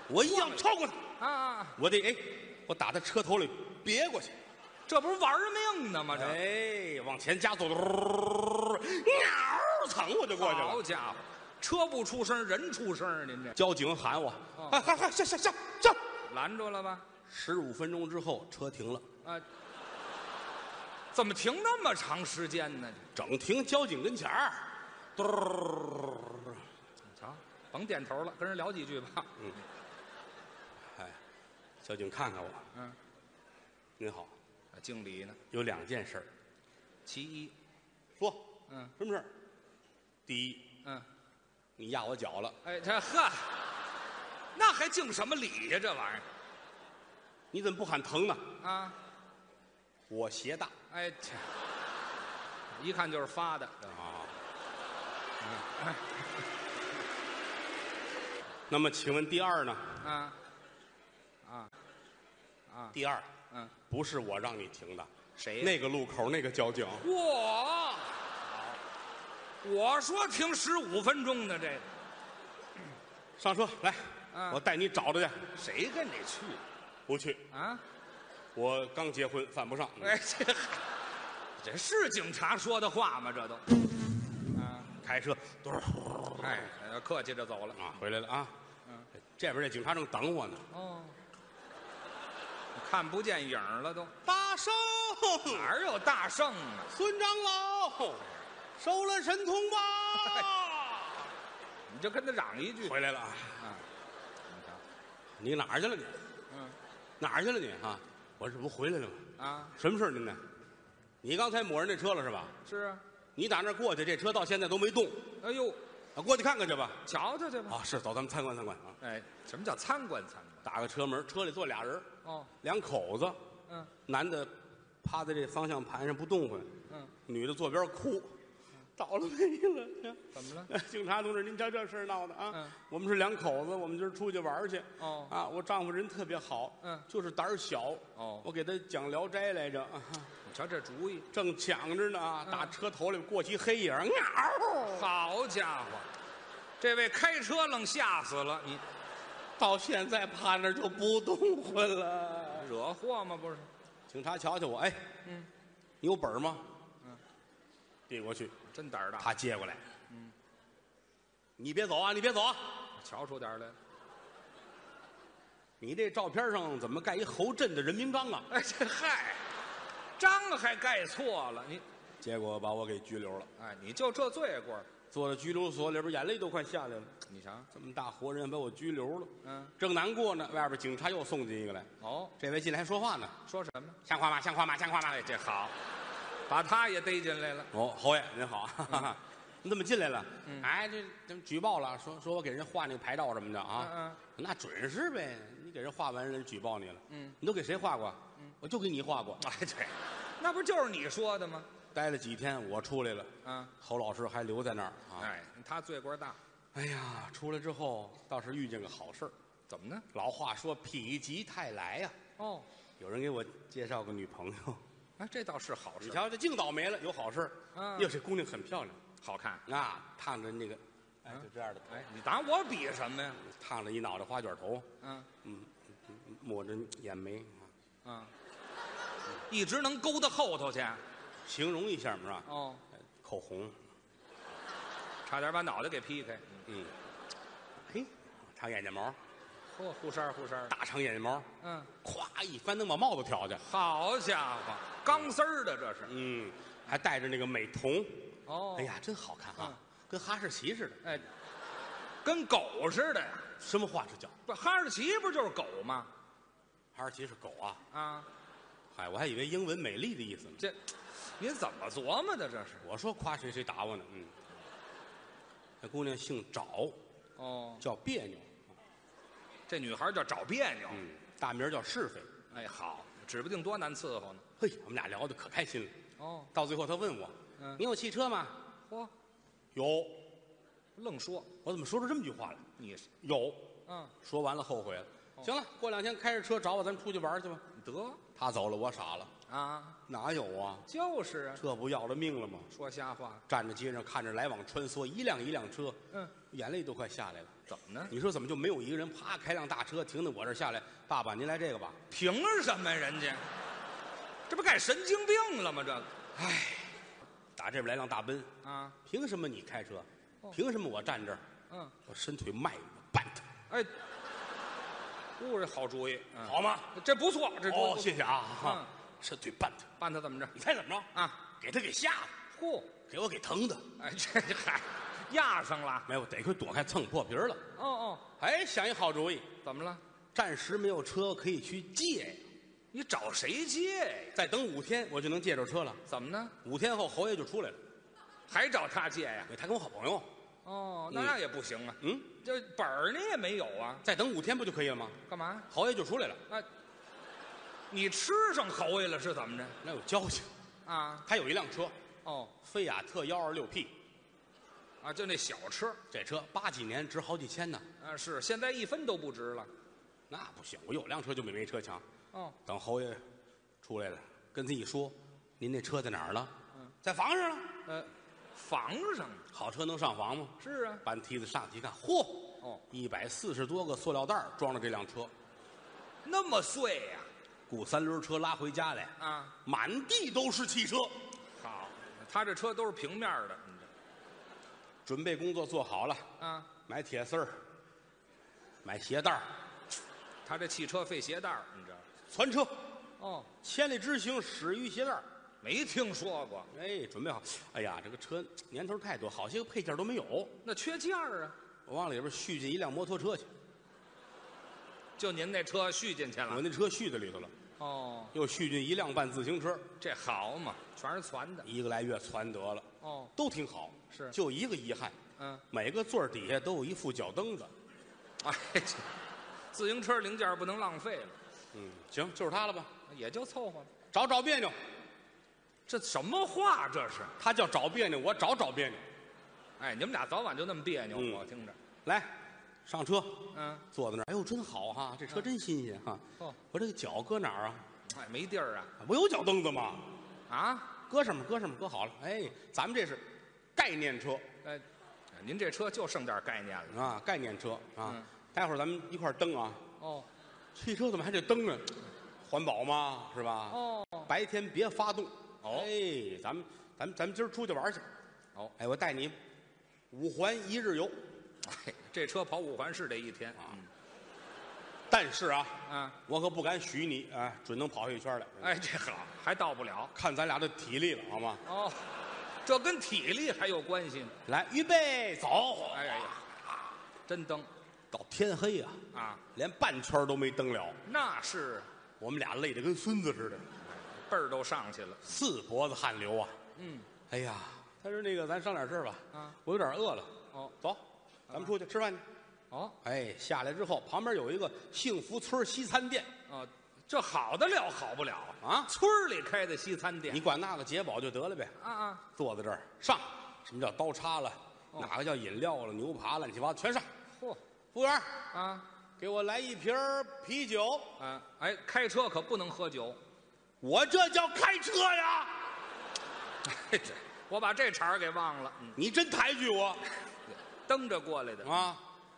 我一样超过他，啊，我得哎，我打他车头里别过去，这不是玩命呢吗？这、哎，往前加速，鸟蹭我就过去了好。家伙，车不出声，人出声，您这交警喊我哦，哎，嗨嗨，下下下下！拦住了吧？十五分钟之后，车停了，啊，怎么停那么长时间呢？整停交警跟前儿，嘟儿，你瞧，甭点头了，跟人聊几句吧。哎，交警看看我，嗯，您好，啊经理呢？有两件事儿，其一，说嗯什么事儿？第一，嗯，你压我脚了，哎，这呵，那还敬什么礼呀、这玩意你怎么不喊疼呢？儿啊，我鞋大哎，切一看就是发的。啊。那么，请问第二呢？啊，第二嗯，不是我让你停的，谁呀？那个路口那个交警。我，我说停十五分钟呢，这个上车来，嗯我带你找着去。谁跟你去不去，啊？我刚结婚，犯不上。哎，这这是警察说的话吗？这都，啊，开车，嘟儿哎，客气着走了。啊，回来了啊。嗯这边这警察正等我呢。哦，看不见影儿了都，大圣，哪儿有大圣啊？孙长老，收了神通吧。 你就跟他嚷一句。回来了啊，啊，你瞧你哪儿去了你？嗯哪儿去了你啊？我这不回来了吗？啊，什么事儿您呢？你刚才抹人这车了是吧？是啊，你打那儿过去，这车到现在都没动。哎呦，啊，过去看看去吧。瞧瞧去吧。啊，是，走，咱们参观参观啊。哎，什么叫参观参观？打开车门，车里坐俩人，哦，两口子。嗯男的趴在这方向盘上不动弹，嗯，女的坐边哭，倒了霉了。怎么了？警察同志，您瞧这事儿闹的啊！嗯我们是两口子，我们今儿出去玩儿去。哦啊，我丈夫人特别好，嗯就是胆儿小。哦我给他讲《聊斋》来着，啊哈你瞧这主意，正抢着呢啊，嗯打车头里过去一黑影，嗷！好家伙，这位开车愣吓死了，你到现在趴那儿就不动弹了。惹祸吗？不是？警察瞧瞧我，哎，嗯，你有本儿吗？嗯，递过去，真胆儿大，他接过来，嗯，你别走啊，你别走啊！瞧出点儿来了。你这照片上怎么盖一侯震的人民章啊？哎，这嗨，章还盖错了，你结果把我给拘留了，哎，你就这罪过儿，坐在拘留所里边，眼泪都快下来了。你瞧，这么大活人把我拘留了，嗯，正难过呢，外边警察又送进一个来，哦，这位进来还说话呢，说什么？像话吗？像话吗？像话吗？哎，这好，把他也逮进来了。哦，侯爷您好，哈嗯哈， 你怎么进来了？哎，这这举报了，说说我给人画那个牌照什么的啊，嗯那准是呗，你给人画完人举报你了，嗯，你都给谁画过？我就给你画过。 哎，对，那不就是你说的吗？待了几天，我出来了，啊，侯老师还留在那儿啊。哎，他罪过大，哎呀，出来之后倒是遇见个好事儿。怎么呢？老话说“否极泰来”呀，哦，有人给我介绍个女朋 友，哎，这倒是好你事，瞧这净倒霉了，有好事儿。嗯哟，这姑娘很漂亮，好看。啊，烫着那个，哎，就这样的头，哎，你打我比什么呀？烫着一脑袋花卷头，嗯嗯，抹着眼眉，啊嗯，一直能勾到后头去。啊形容一下嘛是吧？哦，哎口红，差点把脑袋给劈开。嗯，嘿，长眼睫毛，嚯，护衫儿护衫儿，大长眼睫毛，嗯，咵一翻能把帽子挑下去。好家伙，钢丝儿的这是。嗯，还带着那个美瞳，哦，哎，呀，真好看啊嗯，跟哈士奇似的。哎，跟狗似的呀。什么话是叫？不，哈士奇不就是狗吗？哈士奇是狗啊？啊，嗨，我还以为英文美丽的意思呢。这您怎么琢磨的？这是我说夸谁谁打我呢？嗯，那姑娘姓找，哦，叫别扭，这女孩叫找别扭。嗯，大名叫是非。哎，好，指不定多难伺候呢。嘿，我们俩聊的可开心了。哦，到最后他问我，嗯你有汽车吗？嚯，有。愣说我怎么说出这么句话来？你是，有。哦嗯，说完了后悔了。行了，过两天开着车找我，咱们出去玩去吧。得他走了，我傻了，啊，哪有啊？就是啊，这不要了命了吗？说瞎话，站在街上看着来往穿梭，一辆一辆车，嗯，眼泪都快下来了。怎么呢？你说怎么就没有一个人啪开辆大车停在我这儿下来？爸爸，您来这个吧。凭什么呀人家？这不改神经病了吗？这个打这边来辆大奔，啊，凭什么你开车？凭什么我站这儿？嗯，我伸腿迈了，绊他，哎，哦，这好主意，嗯，好吗？这不错，这主意哦，不错谢谢啊，哈嗯伸腿绊他，办他怎么着你猜怎么着？啊？给他给吓的，嚯，给我给疼的，哎，这这嗨，压上了。没有，得亏躲开蹭破皮儿了。哦哦，哎，想一好主意，怎么了？暂时没有车可以去借，你找谁借呀？再等五天我就能借着车了。怎么呢？五天后侯爷就出来了，还找他借呀？他跟我好朋友，哦，嗯那也不行啊。嗯，这本儿你也没有啊？再等五天不就可以了吗？干嘛？侯爷就出来了，啊，你吃上侯爷了是怎么着？那有交情。啊，他有一辆车，哦，菲亚特幺二六 P，啊，就那小车这车八几年值好几千呢，啊，是现在一分都不值了。那不行，我有辆车就比没车强。哦，等侯爷出来了，跟他一说，您那车在哪儿了？在房上了。呃，房上好车能上房吗？是啊。搬梯子上去一看，嚯，哦，一百四十多个塑料袋儿装着这辆车，那么碎呀、雇三轮车拉回家来，啊？满地都是汽车。好，他这车都是平面的。你准备工作做好了，这啊，买铁丝儿，买鞋带儿，他这汽车费鞋带儿，你知道吗？攒车，哦，千里之行始于鞋带儿。没听说过，哎，准备好。哎呀，这个车年头太多，好些个配件都没有。那缺件儿啊。我往里边续进一辆摩托车去，就您那车续进去我了。那车续在里头了，哦，又续进一辆半自行车，这好嘛，全是攒的。一个来月攒得了，哦，都挺好。是就一个遗憾，嗯，每个座儿底下都有一副脚蹬子。哎，这自行车零件不能浪费了，嗯，行，就是它了吧？也就凑合了。找找别扭，这什么话这是？他叫找别扭，我找找别扭。哎，你们俩早晚就那么别扭，嗯我听着。来，上车，嗯，坐在那儿。哎呦，真好哈、这车真新鲜哈、哦我这个脚搁哪儿啊？哎，没地儿啊我有脚蹬子吗？啊！搁上面，搁上面，搁好了。哎，咱们这是概念车哎，您这车就剩点概念了。啊，概念车啊。嗯待会儿咱们一块儿蹬啊。哦汽车怎么还得蹬呢？环保嘛，是吧？哦，白天别发动。哦哎，咱们咱们咱们今儿出去玩去。哦，哎，我带你五环一日游。哎，这车跑五环市得一天嗯啊但是啊，啊！我可不敢许你啊，准能跑一圈来。哎，这好，还到不了。看咱俩的体力了，好吗？哦，这跟体力还有关系呢。来，预备，走！哎呀，真蹬到天黑呀、啊！连半圈都没蹬了，那是我们俩累得跟孙子似的，辈儿都上去了。四脖子汗流啊！嗯，哎呀，他说那个，咱商点事儿吧，啊，我有点饿了，哦走，咱们出去吃饭去。哦啊哎，下来之后，旁边有一个幸福村西餐店哦，这好得了好不了啊！啊，村儿里开的西餐店你管那个解饱就得了呗。啊啊！坐在这儿上，什么叫刀叉了，哪个叫饮料了，牛扒乱七八糟全上。嚯服务员，啊给我来一瓶儿啤酒。啊！哎，开车可不能喝酒。我这叫开车呀！嘿这我把这茬儿给忘了，嗯，你真抬举我蹬着过来的。啊！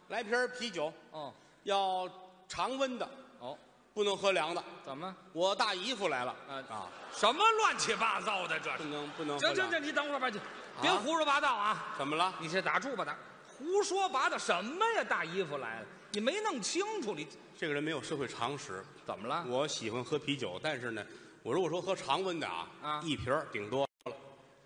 来瓶儿啤酒，哦要常温的，哦，不能喝凉的。怎么我大姨夫来了啊啊，什么乱七八糟的这不是？能不能喝行凉行的。行，你等会儿吧，你别胡说八道啊！怎么了？你先打住吧，打。胡说八道什么呀？大姨夫来了，你没弄清楚，你这个人没有社会常识。怎么了？我喜欢喝啤酒，但是呢，我如果说喝常温的啊，啊一瓶儿顶多了。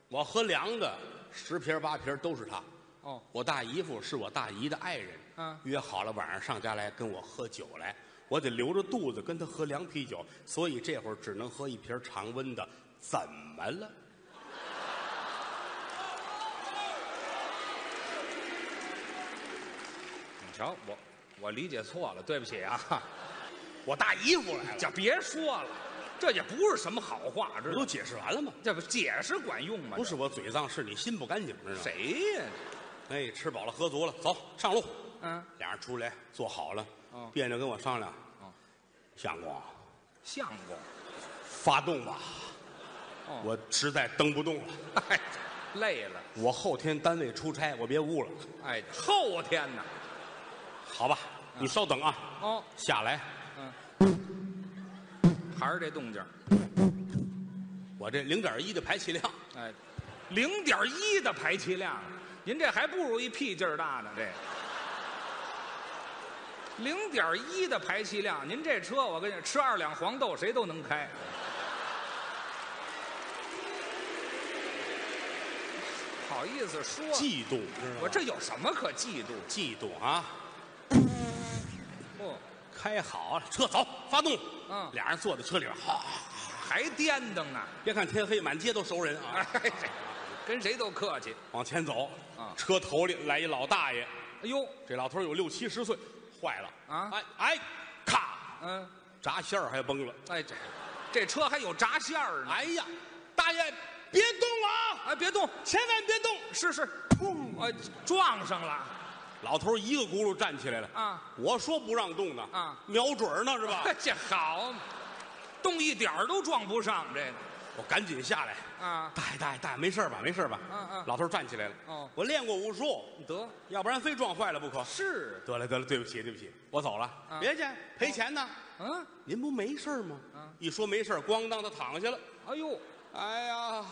我喝凉的，十瓶儿八瓶儿都是他。哦，我大姨夫是我大姨的爱人，啊约好了晚上上家来跟我喝酒来，我得留着肚子跟他喝凉啤酒，所以这会儿只能喝一瓶常温的，怎么了？你瞧我，我理解错了，对不起 啊，我大姨夫来了， 就别说了，这也不是什么好话，不知道都吗？解释完了吗？这不解释管用吗？不是我嘴脏，是你心不干净，知道吗？这谁呀？哎，吃饱了喝足了，走上路。嗯，俩人出来坐好了，哦别扭跟我商量哦，相公，啊相公，发动吧，哦我实在蹬不动了，哎，累了，我后天单位出差，我别误了，哎，后天呐，好吧？嗯你稍等啊。哦，下来，嗯，还是这动静儿，我这零点一的排气量，哎，零点一的排气量，您这还不如一屁劲儿大呢，这。零点一的排气量，您这车我跟你说吃二两黄豆谁都能开。好意思说，嫉妒，知道吗我这有什么可嫉妒？哦嫉妒啊！不、开好了，车走，发动。嗯俩人坐在车里边，哈，还颠噔呢， 别看天黑，满街都熟人啊哎，，这跟谁都客气。往前走啊。车头里来一老大爷，哎呦，这老头有六七十岁，坏了啊哎哎，咔，嗯，闸线儿还崩了。哎这，这车还有闸线儿呢。哎呀，大爷别动了啊，哎，别动，千万别动！是是，砰！哎，撞上了，老头一个轱辘站起来了啊！我说不让动呢啊瞄准儿呢是 吧？这好，动一点儿都撞不上这个我赶紧下来。啊！大爷，大爷，大爷，没事吧？没事吧？嗯嗯老头站起来了。哦我练过武术，得要不然非撞坏了不可。是，得了，得了，对不起，对不起，我走了。嗯别去，赔钱呢。嗯，您不没事吗？嗯一说没事，咣当的躺下了。哎呦，哎呀，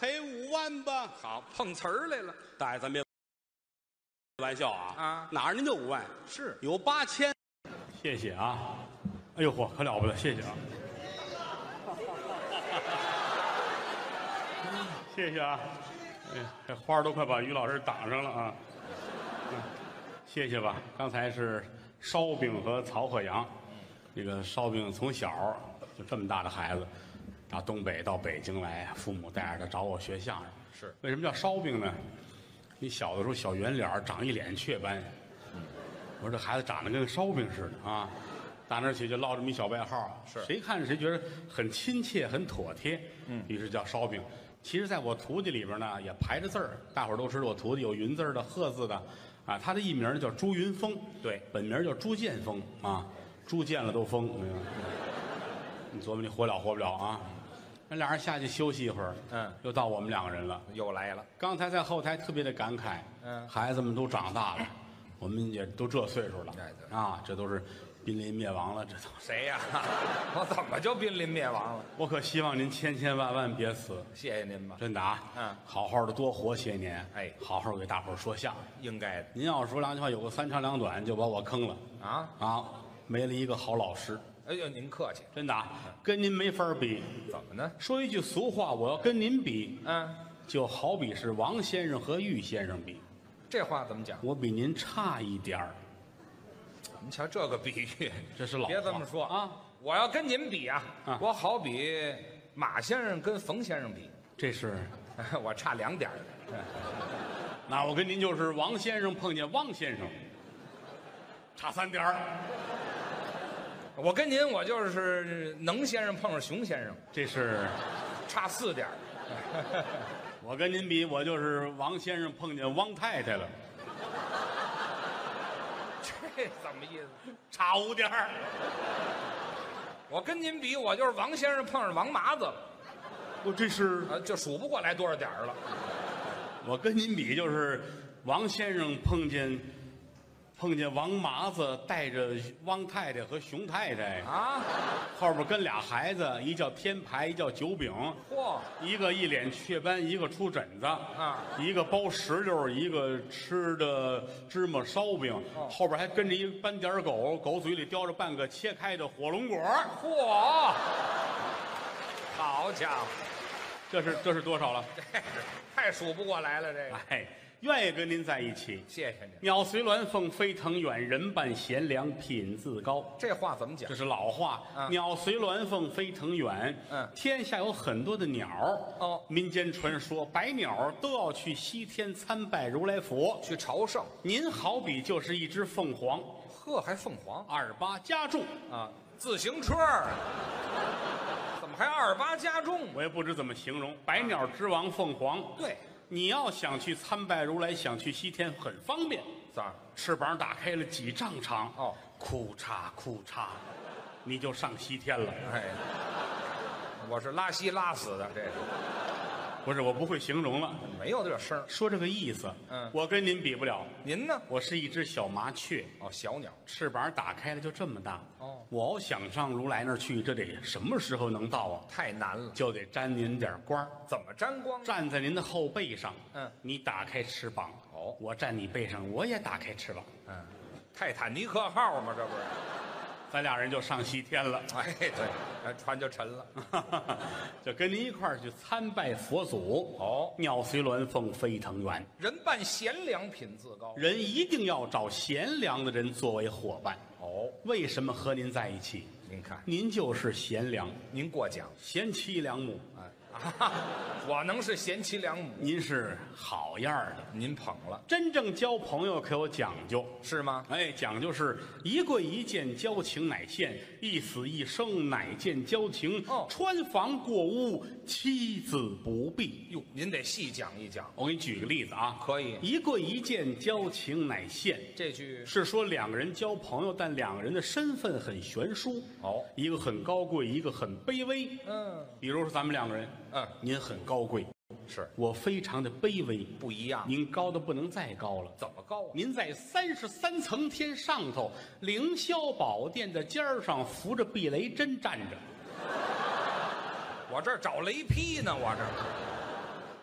赔五万吧。好碰瓷儿来了，大爷，咱别开玩笑啊。啊哪儿您就五万，是有八千。谢谢啊！哎呦嚯，可了不得，谢谢啊！ 谢谢啊！哎，这花儿都快把于老师挡上了啊！嗯谢谢吧。刚才是烧饼和曹鹤阳，这个烧饼从小就这么大的孩子，打东北到北京来，父母带着他找我学相声。是为什么叫烧饼呢？你小的时候小圆脸儿长一脸雀斑，我说这孩子长得跟个烧饼似的啊，打那儿起就落这么一小外号，是谁看着谁觉得很亲切、很妥帖，嗯，于是叫烧饼。其实，在我徒弟里边呢，也排着字儿，大伙儿都知道我徒弟有云字儿的、鹤字的，啊，他的艺名呢叫朱云峰，对本名叫朱建峰啊，朱见了都疯，那个你琢磨你活了活不了啊？那俩人下去休息一会儿，嗯，又到我们两个人了。又来了，刚才在后台特别的感慨，嗯孩子们都长大 了，我们也都这岁数了哎，对啊，这都是濒临灭亡了，这都是。谁呀？ 我怎么就濒临灭亡了？我可希望您千千万万别死，谢谢您吧，真的啊，嗯好好的多活些年，哎好好给大伙儿说相声。应该的您要是说两句话有个三长两短，就把我坑了啊。啊，没了一个好老师，哎呦，您客气，真的啊，跟您没法比。怎么呢？说一句俗话，我要跟您比，嗯，就好比是王先生和玉先生比，这话怎么讲？我比您差一点儿。您瞧这个比喻，这是老别这话么说啊！我要跟您比啊，啊我好比马先生跟冯先生比，这是， 我差两点儿。 那我跟您就是王先生碰见汪先生，差三点儿。我跟您，我就是能先生碰上熊先生，这是，差四点儿。 我跟您比，我就是王先生碰见汪太太了，这怎么意思？差五点儿。我跟您比，我就是王先生碰上王麻子了，我这是，啊，就数不过来多少点儿了。我跟您比就是王先生碰见碰见王麻子带着汪太太和熊太太，啊，后边跟俩孩子，一叫天牌，一叫九饼，嚯，一个一脸雀斑，一个出疹子，啊一个包石榴，一个吃的芝麻烧饼，哦后边还跟着一斑点儿狗，狗嘴里叼着半个切开的火龙果儿，嚯，好家伙，这是这是多少了？这是太数不过来了，这个，哎，愿意跟您在一起。谢谢您。鸟随鸾凤飞腾远，人伴贤良品自高。这话怎么讲这？是老话，嗯鸟随鸾凤飞腾远。嗯天下有很多的鸟。哦民间传说，百鸟都要去西天参拜如来佛。去朝圣，您好比就是一只凤凰，呵，还凤凰二八加重。啊，自行车儿， 怎么还二八加重？我也不知怎么形容，百鸟之王凤凰。对，你要想去参拜如来，想去西天，很方便。咋？翅膀打开了几丈长，哦，库嚓库嚓，你就上西天了。哎，我是拉稀拉死的，这个不是，我不会形容了，没有这声儿。说这个意思。嗯我跟您比不了，您呢？我是一只小麻雀，哦，小鸟，翅膀打开了就这么大。哦我要想上如来那儿去，这得什么时候能到啊？太难了，就得沾您点儿光儿，怎么沾光？站在您的后背上。嗯你打开翅膀，哦我站你背上，我也打开翅膀，嗯，泰坦尼克号嘛，这不是？咱俩人就上西天了。 哎，对，哎船就沉了。就跟您一块儿去参拜佛祖。哦鸟随鸾凤飞腾远，人伴贤良，品自高。人一定要找贤良的人作为伙伴。哦，为什么和您在一起？您看，您就是贤良，您过奖。贤妻良母，哎，啊，我能是贤妻良母？您是好样儿的。您捧了真正交朋友可有讲究，是吗？哎，讲究是一跪一见交情乃现，一死一生乃见交情。哦穿房过屋，妻子不避。哟，您得细讲一讲。我给你举个例子啊，可以一跪一见交情乃现，这句是说两个人交朋友，但两个人的身份很悬殊。哦一个很高贵，一个很卑微。嗯比如说咱们两个人，嗯您很高贵，是我非常的卑微，不一样，您高的不能再高了。怎么高啊？您在三十三层天上头凌霄宝殿的尖儿上扶着避雷针站着，我这儿找雷劈呢，我这儿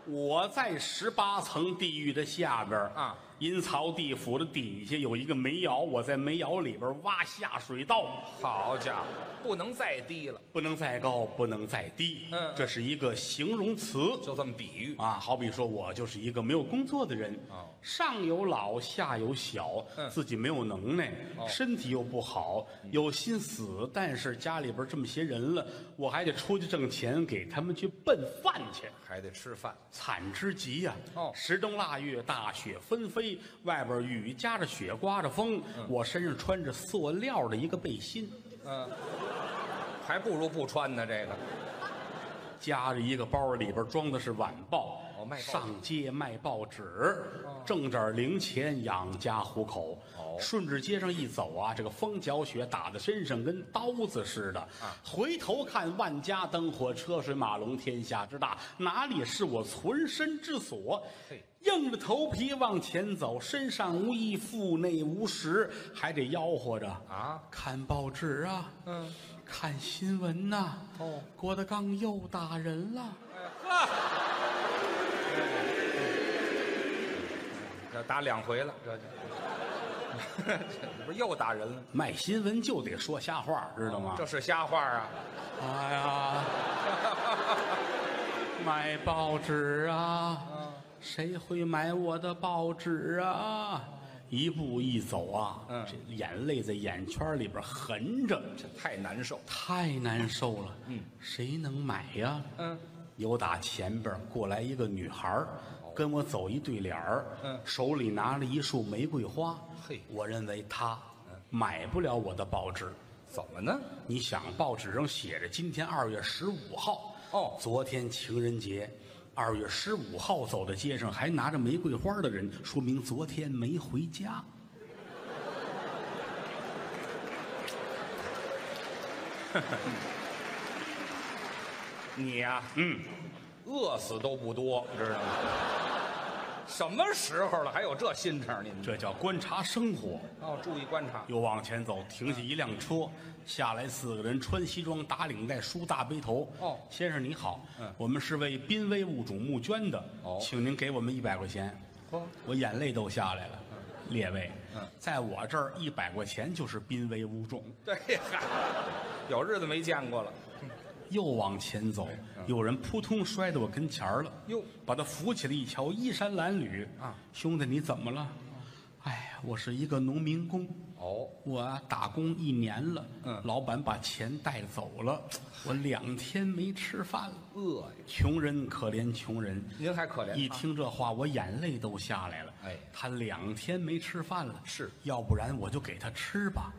我在十八层地狱的下边儿啊，阴曹地府的底下有一个煤窑，我在煤窑里边儿挖下水道，好家伙，不能再低了，不能再高，不能再低。嗯这是一个形容词就这么比喻。啊，好比说我就是一个没有工作的人，哦上有老下有小，嗯自己没有能耐，哦嗯身体又不好，有心死，但是家里边这么些人了，我还得出去挣钱给他们去奔饭去。还得吃饭，惨之极呀、哦十冬腊月，大雪纷飞，外边雨夹着雪，刮着风，我身上穿着塑料的一个背心，嗯，还不如不穿呢。这个夹着一个包，里边装的是晚报，哦卖报纸上街卖报纸，挣点零钱养家糊口。哦顺着街上一走啊，这个风搅雪打在身上跟刀子似的。啊回头看，万家灯火，车水马龙，天下之大，哪里是我存身之所嘿？硬着头皮往前走，身上无衣，腹内无食，还得吆喝着啊，看报纸啊，嗯，看新闻呐、哦，郭德纲又打人了。呵，这打两回了，这就 这不是又打人了？卖新闻就得说瞎话，知道吗？这是瞎话啊！哎 呀，买报纸啊，嗯谁会买我的报纸啊？一步一走啊，哦嗯这眼泪在眼圈里边横着，这太难受。太难受了。嗯，谁能买呀？嗯，有打前边过来一个女孩儿跟我走一对脸儿，嗯手里拿着一束玫瑰花。嘿我认为她买不了我的报纸。怎么呢？你想，报纸上写着今天二月十五号，哦昨天情人节，二月十五号走在街上还拿着玫瑰花的人，说明昨天没回家。你呀、嗯，饿死都不多，知道吗？什么时候了，还有这心肠？你们这叫观察生活。哦，注意观察。又往前走，停下一辆车，下来四个人，穿西装，打领带，梳大背头。哦先生你好，嗯我们是为濒危物种募捐的，哦请您给我们一百块钱。哦，我眼泪都下来了，列位，嗯在我这儿一百块钱就是濒危物种。对，嗨， 有日子没见过了。又往前走，有人扑通摔到我跟前儿了，哎嗯哟把他扶起来一瞧，衣衫褴褛啊，兄弟你怎么了？哎，我是一个农民工。哦，我啊打工一年了，嗯老板把钱带走了，我两天没吃饭了。饿呀，穷人可怜穷人，您还可怜。一听这话，我眼泪都下来了。嗯哎他两天没吃饭了，是要不然我就给他吃吧。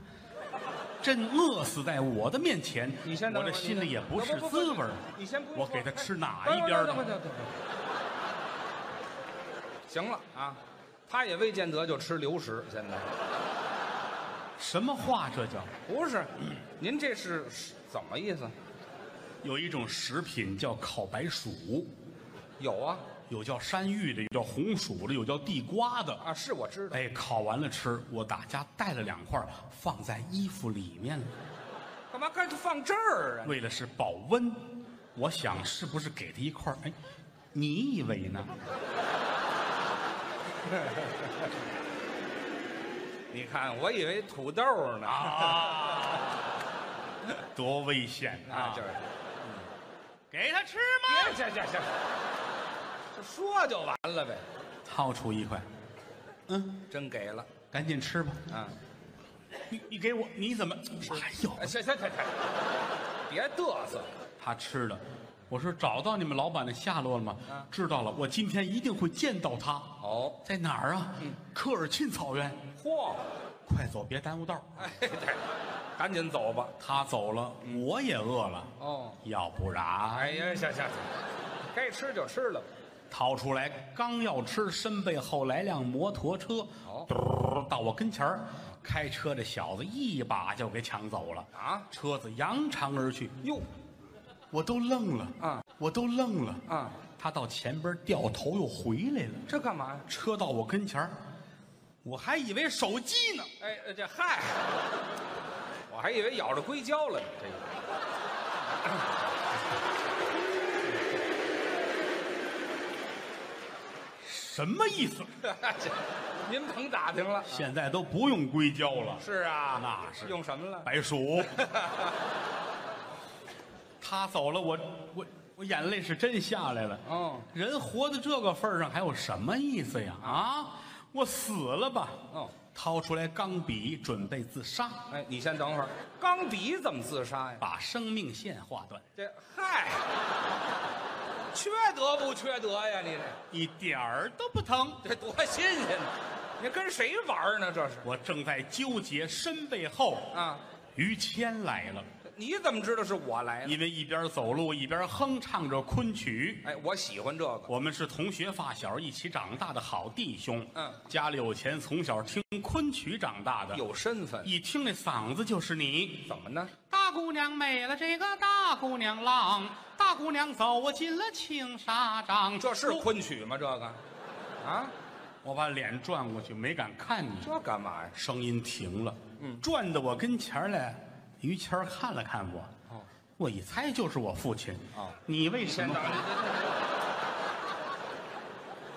朕饿死在我的面前，你先等我会儿这心里也你是先不不不滋味儿你先不用我说给他吃哪哎一边等会的？儿等会儿等会儿行了啊，他也未见得就吃流食，现在什么话这叫？不是，您这是是怎么意思？有一种食品叫烤白薯，有啊有叫山芋的，有叫红薯的，有叫地瓜的。啊，是我知道，哎，烤完了吃，我打家带了两块儿，放在衣服里面了。干嘛干脆放这儿啊？为了是保温，我想是不是给他一块儿？哎，你以为 呢？你看，我以为土豆呢啊，多危险啊啊，！就是给他吃别行行行，就说就完了呗，吗？掏出一块，嗯，真给了赶紧吃吧。啊！你你给我，你怎么？哎呦，哎行行行行，别嘚瑟，他吃了。我说找到你们老板的下落了吗？嗯知道了，我今天一定会见到他。哦，在哪儿啊？科尔沁草原。嚯，快走，别耽误道儿。哎对，赶紧走吧。他走了，我也饿了，哦，要不然哎呀，行行行，该吃就吃了吧。掏出来刚要吃，身背后来辆摩托车，哦嘟儿到我跟前儿，开车的小子一把就给抢走了，啊，车子扬长而去，哟我都愣了，啊我都愣了，啊，他到前边掉头又回来了，这干嘛呀？车到我跟前儿，我还以为手机呢，哎，呃这嗨，我还以为咬着硅胶了呢。这个什么意思？这，您甭打听了。现在都不用硅胶了，是啊，那是用什么了？白鼠。 他走了，我我我眼泪是真下来了。哦人活到这个份儿上，还有什么意思呀？啊，我死了吧！哦，掏出来钢笔，准备自杀，哎，你先等会儿，钢笔怎么自杀呀？把生命线划断，这嗨，缺德不缺德呀？你一点儿都不疼。这这多新鲜呢！你跟谁玩呢？这是我正在纠结，身背后啊？于谦来了，你怎么知道是我来了？因为一边走路一边哼唱着昆曲。哎，我喜欢这个。我们是同学发小，一起长大的好弟兄。嗯家里有钱，从小听昆曲长大的。有身份，一听那嗓子就是你。怎么呢？大姑娘美了这个大姑娘浪，大姑娘走进了青纱帐。这是我昆曲吗？这个，啊，我把脸转过去，没敢看你。这嗯干嘛呀？声音停了，转到我跟前儿来，于谦儿看了看我，哦，我一猜就是我父亲。哦你为什先么等？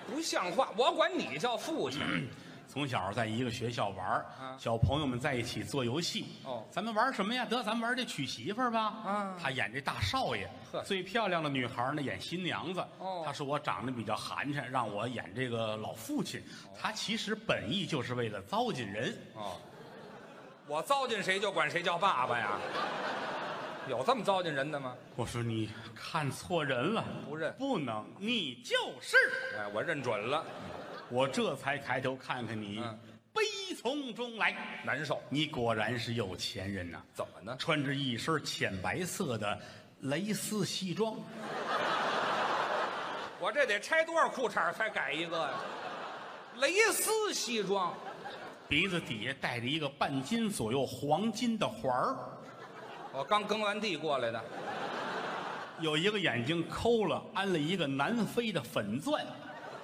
不像话！我管你叫父 亲，从小在一个学校玩儿啊小朋友们在一起做游戏。哦咱们玩什么呀？得，咱们玩这娶媳妇儿吧。啊他演这大少爷呵，最漂亮的女孩儿呢演新娘子。哦他说我长得比较寒碜，让我演这个老父亲。他其实本意就是为了糟践人。哦，我糟践谁就管谁叫爸爸呀？有这么糟践人的吗？我说你看错人了，不认不能，你就是。哎，我认准了，我这才抬头看看你嗯，悲从中来。难受。你果然是有钱人呐、怎么呢？穿着一身浅白色的蕾丝西装，我这得拆多少裤衩儿才改一个呀？蕾丝西装，鼻子底下戴着一个半斤左右黄金的环儿，我哦刚耕完地过来的。有一个眼睛抠了，安了一个南非的粉钻，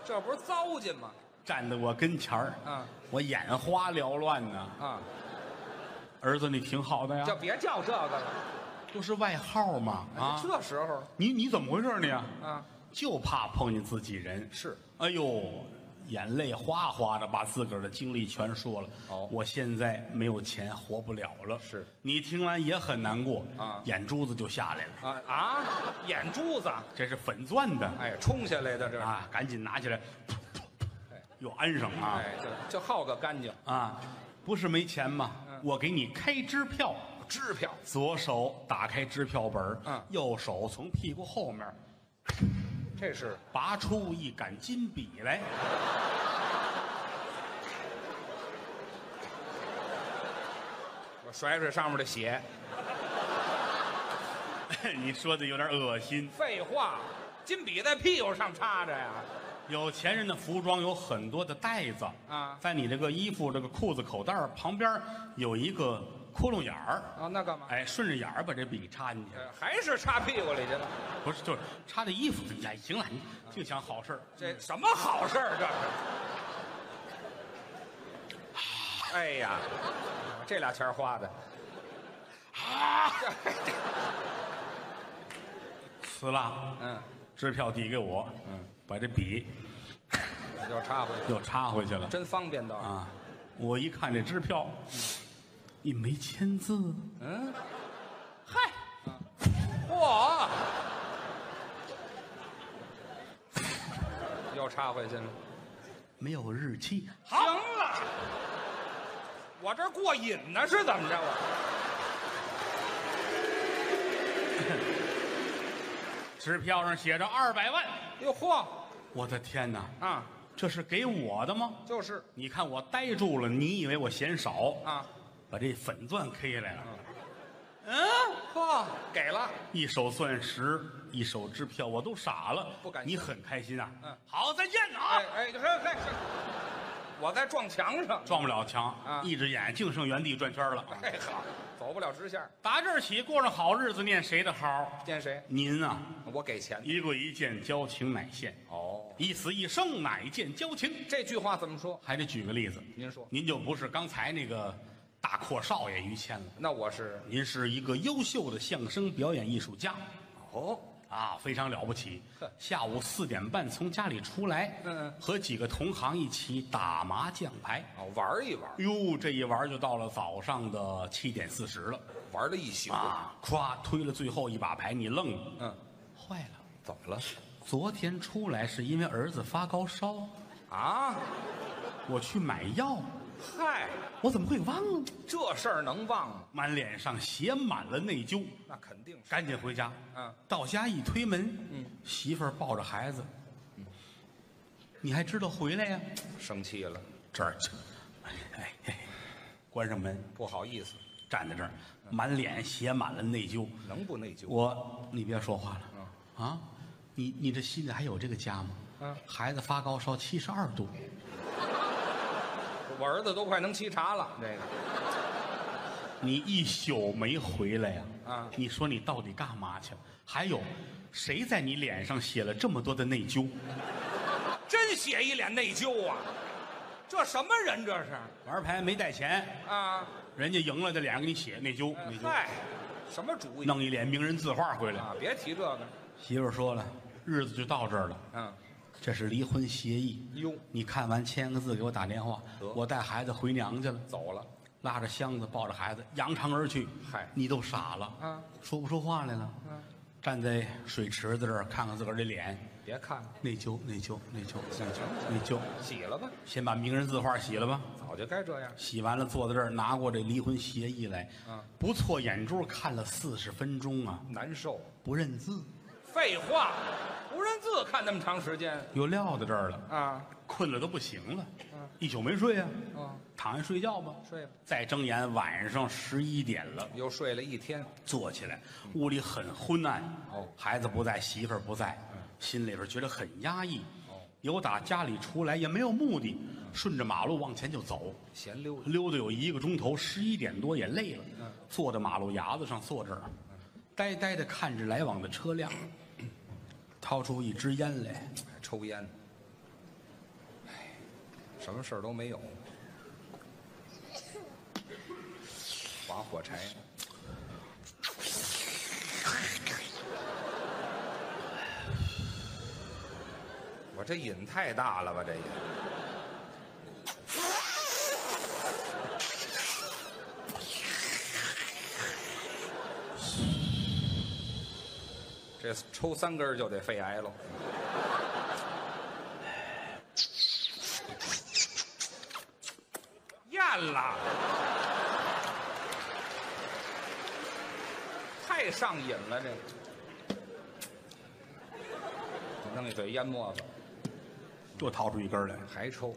这不是糟践吗？站在我跟前儿，啊我眼花缭乱呢。啊，儿子，你挺好的呀就，别叫这个了，哎不是外号吗？啊，这时候你你怎么回事你？啊，就怕碰见自己人。是，哎呦，眼泪哗哗的，把自个儿的经历全说了。哦我现在没有钱，活不了了。是，你听完也很难过啊眼珠子就下来了。啊啊，眼珠子，这是粉钻的哎，冲下来的这，啊，赶紧拿起来，噗噗噗哎又安上啊哎，就就好个干净，啊！不是没钱吗？嗯我给你开支票。支票左手打开支票本儿嗯右手从屁股后面这是拔出一杆金笔来， 我甩甩上面的血，你说的有点恶心。废话，金笔在屁股上插着呀，有钱人的服装有很多的袋子啊在你这个衣服这个裤子口袋儿旁边儿有一个窟窿眼儿，啊，那干嘛？哎，顺着眼儿把这笔插进去，呃还是插屁股里去了，不是就是插在衣服里。哎，行了，你净想好事儿这什么好事儿？这是， 哎呀，这俩钱儿花的，啊！死了，嗯，支票递给我，嗯，把这笔又插回去，又插回去了真方便倒是。啊！我一看这支票，你没签字，嗯，嗨，嚯， 又插回去了。没有日期，行了，我这儿过瘾呢，是怎么着？啊我支票上写着二百万。哟嚯我的天哪，啊，这是给我的吗？就是你看我呆住了，你以为我嫌少？啊，嗯把这粉钻 K 来了，嚯，给了，一手钻石，一手支票，我都傻了。不敢信你很开心啊？嗯好，再见啊！哎哎，嘿嘿嘿，我在撞墙上，撞不了墙，啊一只眼净剩原地转圈了。哎好，走不了直线，打这儿起，过上好日子，念谁的好？见谁？您啊，我给钱。一个一见交情乃现，哦，一死一生乃见交情。这句话怎么说？还得举个例子，您说，您就不是刚才那个大阔少爷于谦了。那我是您是一个优秀的相声表演艺术家，哦，啊，非常了不起呵。下午四点半从家里出来，嗯嗯和几个同行一起打麻将牌。啊，玩一玩，哟，这一玩就到了早上的七点四十了玩了一宿，啊！咵，推了最后一把牌，你愣了，嗯，坏了。怎么了？昨天出来是因为儿子发高烧，啊，我去买药，嗨，我怎么会忘了？这事儿能忘吗？满脸上写满了内疚，那肯定是。赶紧回家。嗯，到家一推门，嗯媳妇儿抱着孩子，你还知道回来呀、生气了，这儿，这哎哎哎，关上门，不好意思，站在这儿，满脸写满了内疚。能不内疚？我，你别说话了，啊，你你这心里还有这个家吗？嗯孩子发高烧七十二度，我儿子都快能沏茶了，这个你一宿没回来呀、啊你说你到底干嘛去了？还有，谁在你脸上写了这么多的内疚？真写一脸内疚啊！这什么人这是玩牌没带钱，啊？呃人家赢了，这脸上给你写内疚，内疚，嗨，什么主意弄一脸名人字画回来。啊？别提这个，媳妇儿说了，日子就到这儿了，嗯，这是离婚协议。哟，你看完签个字给我打电话得，我带孩子回娘家了，走了，拉着箱子抱着孩子扬长而去。嗨你都傻了，啊，说不出话来了。嗯，站在水池子这儿看看自个儿这脸，别看了，内疚内疚内疚行行行，内疚。洗了吧，先把名人字画洗了吧，早就该这样。洗完了坐在这儿拿过这离婚协议来嗯，不错眼珠看了四十分钟啊，难受，不认字，废话，无人字看那么长时间又撂在这儿了，啊？困了都不行了嗯，一宿没睡啊。哦，躺下睡觉吧。睡吧，再睁眼，晚上十一点了，又睡了一天，坐起来，屋里很昏暗。哦孩子不在，媳妇儿不在，心里边觉得很压抑。哦，由打家里出来也没有目的，顺着马路往前就走，闲溜达，溜达有一个钟头，十一点多也累了，坐在马路牙子上坐这儿，呆呆的看着来往的车辆，掏出一支烟来，抽烟，什么事儿都没有。划火柴，我这瘾太大了吧？这也。这抽三根儿就得肺癌了。咽了，太上瘾了这。你弄一嘴烟沫子，又掏出一根来，还抽。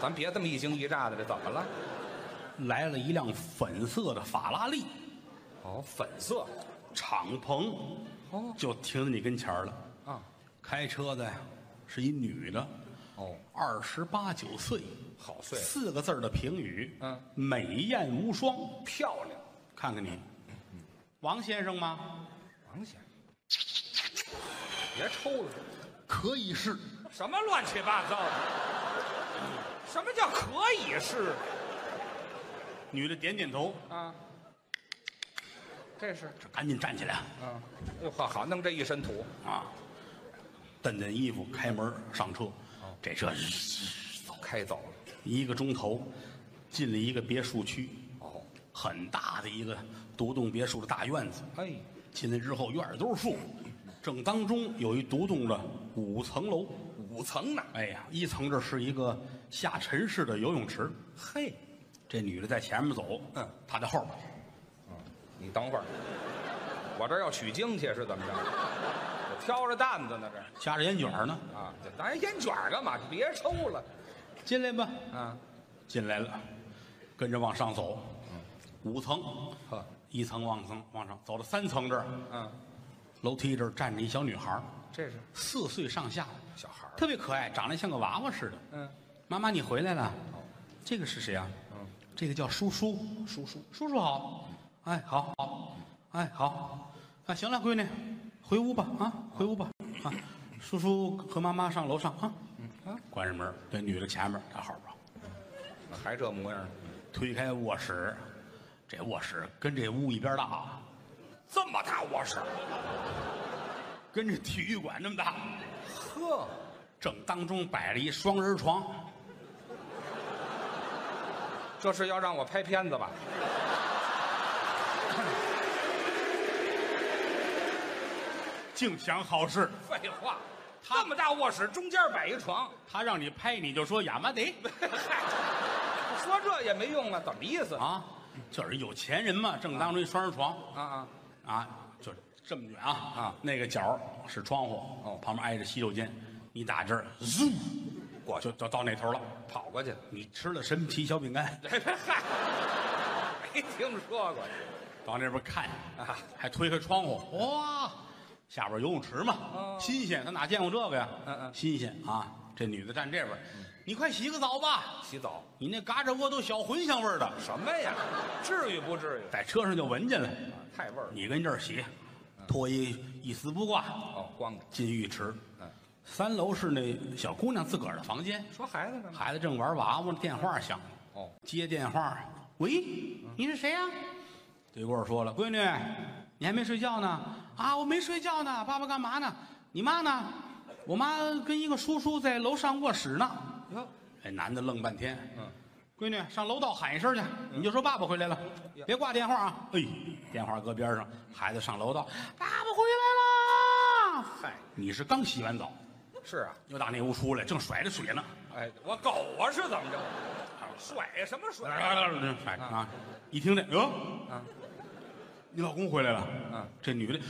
咱别这么一惊一乍的，这怎么了？来了一辆粉色的法拉利，哦，粉色敞篷，哦就停在你跟前儿了。啊，开车的呀是一女的，哦，二十八九岁，好碎，四个字儿的评语，嗯美艳无双。漂亮。看看你，嗯王先生吗？王先生，别抽了，可以是，什么乱七八糟的？什么叫可以是女的点点头，啊？这是，赶紧站起来嗯，哟呵，好，弄这一身土，啊！蹬蹬衣服，开门上车，哦这车是开走了。一个钟头，进了一个别墅区，哦，很大的一个独栋别墅的大院子。哎，进来之后，院儿都是树，正当中有一独栋的五层楼。五层呢？哎呀，一层这是一个下沉式的游泳池，嘿，这女的在前面走，嗯，她在后边。你等会儿，我这儿要取经去是怎么着？我挑着担子呢这夹着烟卷儿呢，啊，这咱烟卷儿干嘛？别抽了进来吧。啊！进来了，跟着往上走，五层，呵，一层往层往上走到三层这儿，嗯，楼梯这儿站着一小女孩儿，这是四岁上下，小孩儿，特别可爱，长得像个娃娃似的。嗯，妈妈，你回来了。这个是谁啊？这个叫叔叔，叔叔，叔叔好。哎，好，好，哎，好。啊，行了，闺女，回屋吧，啊，回屋吧，啊。叔叔和妈妈上楼上啊，啊，关上门儿，这女的前面，她后边儿。还这模样儿，推开卧室，这卧室跟这屋一边大，这么大卧室，跟这体育馆那么大。呵，正当中摆了一双人床，这是要让我拍片子吧？净想好事。废话，这么大卧室中间摆一床，他让你拍，你就说亚麻得嗨，说这也没用啊，怎么意思啊啊，就是有钱人嘛。正当中一双人床啊啊？啊，就这么远啊啊那个角是窗户，哦旁边挨着洗手间，你打这儿，嗖，过去就就到那头了。跑过去，你吃了神奇小饼干，嗨，没听说过往那边看啊，还推开窗户，哇，下边游泳池嘛，哦新鲜，他哪见过这个呀？嗯嗯新鲜啊！这女的站这边，你快洗个澡吧，洗澡你那嘎吱窝都小茴香味儿的，什么呀？至于不至于？啊在车上就闻见了。太味儿了你跟这儿洗，脱衣一丝不挂，哦，光着进浴池嗯。三楼是那小姑娘自个儿的房间，说孩子干嘛？孩子正玩娃娃，电话响了，哦，接电话，喂，你是谁呀、对过儿说了，闺女，你还没睡觉呢？啊，我没睡觉呢。爸爸干嘛呢？你妈呢？我妈跟一个叔叔在楼上卧室呢。哟，哎，男的愣半天。嗯，闺女，上楼道喊一声去，你就说爸爸回来了，嗯别挂电话啊。哎，电话搁边上，孩子上楼道，爸爸回来了。嗨，你是刚洗完澡，是啊，又打那屋出来，正甩着水呢。哎，我狗啊是怎么着？啊甩什么甩？哎嗯啊！一听这，哟，啊你老公回来了。嗯，这女的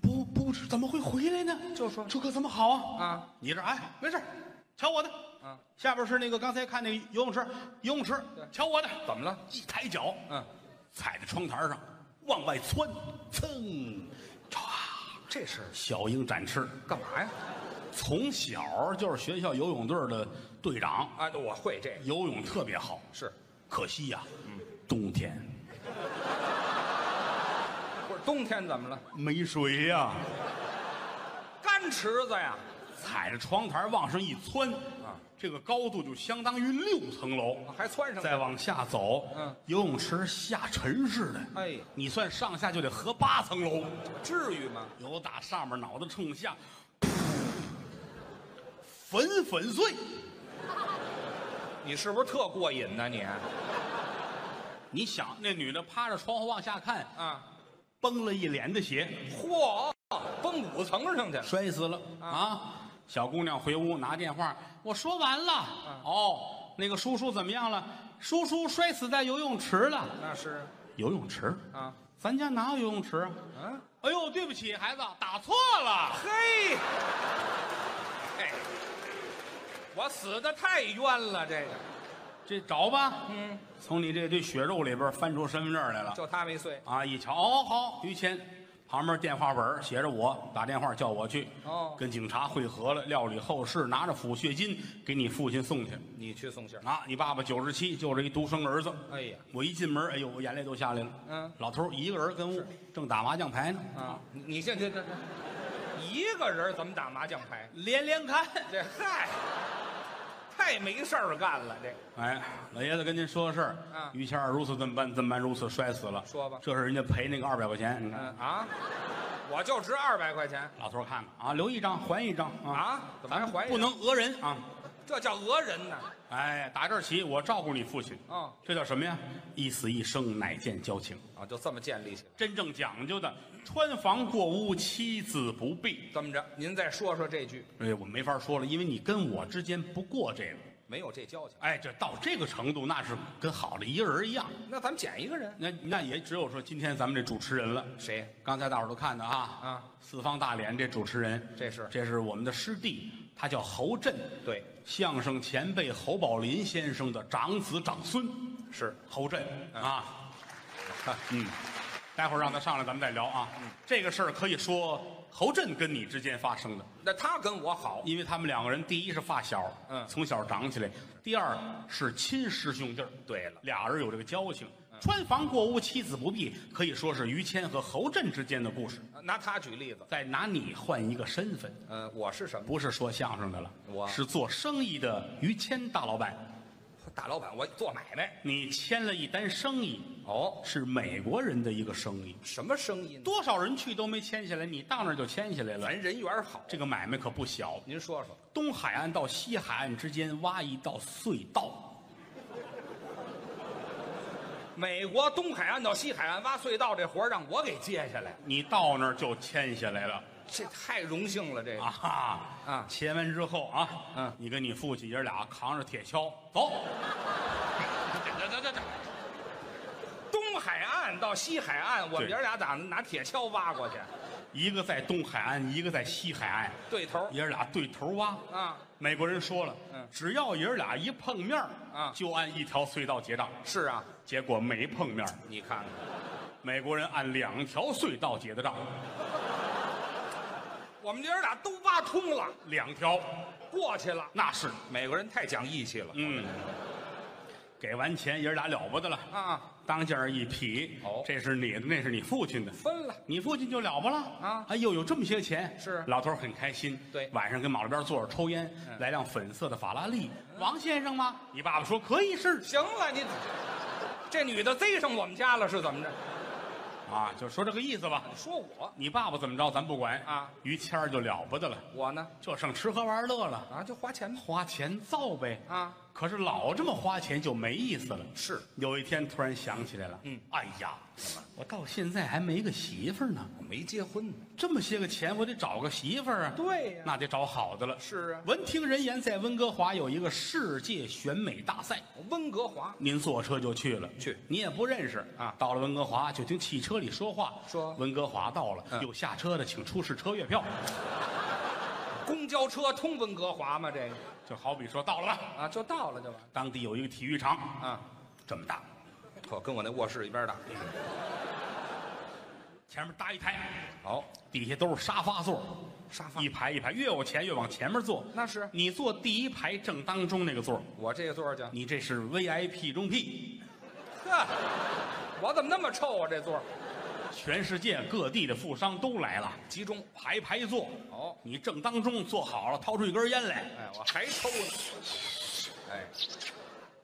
不不知怎么会回来呢？就说这可怎么好啊？啊，你这哎，没事儿，瞧我的。啊，下边是那个刚才看那个游泳池，游泳池，瞧我的。怎么了？一抬脚，嗯，踩在窗台上往外窜，噌，唰，这是小鹰展翅。干嘛呀？从小就是学校游泳队的队长，啊，我会这个，游泳特别好。是可惜呀、嗯，冬天不是冬天怎么了？没水呀、干池子呀？踩着窗台往上一窜，啊，这个高度就相当于六层楼。还窜上去？再往下走，啊嗯，游泳池下沉似的，哎呀你算上下就得合八层楼，至于吗？有打上面脑袋冲下，粉粉碎。你是不是特过瘾呢？你啊你想，那女的趴着窗户往下看，啊，崩了一脸的血，嚯，蹦五层上去了。摔死了啊！小姑娘回屋拿电话，我说完了。哦，那个叔叔怎么样了？叔叔摔死在游泳池了。那是游泳池？啊，咱家哪有游泳池啊？嗯，哎呦，对不起，孩子，打错了。嘿，嘿，我死的太冤了，这个，这找吧，嗯，从你这堆血肉里边翻出身份证来了。就他没碎。啊，一瞧，哦，好，于谦，旁边电话本儿写着我，打电话叫我去。哦跟警察会合了，料理后事，拿着抚恤金给你父亲送去。你去送信儿。啊，你爸爸九十七，就这一独生儿子。哎呀，我一进门，哎呦，我眼泪都下来了。嗯老头儿一个人跟屋正打麻将牌呢。啊，你你先去这这，一个人怎么打麻将牌？连连看。这嗨，太没事儿干了，这哎，老爷子跟您说个事儿。嗯于谦儿如此这么办，这么办，如此摔死了。说吧这是人家赔那个二百块钱。你看，嗯啊，我就值二百块钱老头儿看看啊，留一张还一张啊，啊，怎么还还一不能讹人啊。这叫讹人呢？哎，打这儿起，我照顾你父亲。嗯这叫什么呀？一死一生，乃见交情。啊，就这么建立起来。真正讲究的，穿房过屋，妻子不避。这么着，您再说说这句，哎，我没法说了，因为你跟我之间不过这个。没有这交情，哎，这到这个程度，那是跟好的一个人一样。那咱们捡一个人，那那也只有说今天咱们这主持人了。谁？刚才大伙儿都看到啊，啊，四方大脸这主持人，这是这是我们的师弟，他叫侯震，对，相声前辈侯宝林先生的长子长孙，是侯震 啊，嗯，待会儿让他上来咱们再聊啊。嗯这个事儿可以说侯震跟你之间发生的，那他跟我好，因为他们两个人第一是发小，嗯从小长起来；第二是亲师兄弟儿，对了嗯俩人有这个交情。穿房过屋，妻子不避，可以说是于谦和侯震之间的故事。拿他举例子，再拿你换一个身份，呃，我是什么？不是说相声的了，我是做生意的于谦大老板。大老板，我做买卖。你签了一单生意，哦，是美国人的一个生意，什么生意呢？多少人去都没签下来，你到那儿就签下来了。咱人缘好，这个买卖可不小，您说说，东海岸到西海岸之间挖一道隧道，美国东海岸到西海岸挖隧道这活儿让我给接下来，你到那儿就签下来了这太荣幸了，这个啊哈！啊签完之后啊，嗯你跟你父亲爷俩扛着铁锹走，这这这这，东海岸到西海岸，我们爷俩打拿铁锹挖过去，一个在东海岸，一个在西海岸，对头爷俩对头挖。啊，美国人说了，嗯只要爷俩一碰面儿啊就按一条隧道结账。是啊，结果没碰面儿，你看看，美国人按两条隧道结的账，我们爷俩都挖通了，两条，过去了。那是美国人太讲义气了嗯，给完钱爷俩了不得了，啊，当件儿一匹。哦这是你的，那是你父亲的，分了，你父亲就了不了啊哎呦，有这么些钱，是老头儿很开心。对嗯晚上跟马路边坐着抽烟，来辆粉色的法拉利。王先生吗？你爸爸说可以是行了，你这女的贼上我们家了是怎么着？啊，就说这个意思吧。你说我，你爸爸怎么着，咱不管啊。于谦儿就了不得了，我呢就剩吃喝玩乐了，啊，就花钱吧花钱造呗。啊，可是老这么花钱就没意思了。是有一天突然想起来了，嗯，哎呀，我到现在还没个媳妇儿呢，我没结婚呢。这么些个钱，我得找个媳妇儿啊。对呀那得找好的了。是啊闻听人言，在温哥华有一个世界选美大赛，温哥华您坐车就去了，去你也不认识啊到了温哥华，就听汽车里说话，说温哥华到了，嗯有下车的请出示车月票，公交车通温哥华吗？这个就好比说到了吧，啊，就到了就完当地有一个体育场，啊。这么大，可跟我那卧室一边大。前面搭一台，好，底下都是沙发座，沙发一排一排，越往前越往前面坐。那是你坐第一排正当中那个座，我这个座儿去。你这是 VIP 中 P，呵，我怎么那么臭啊？这座儿全世界各地的富商都来了，集中。排排坐。哦，你正当中坐好了，掏出一根烟来，哎，我还抽呢。哎，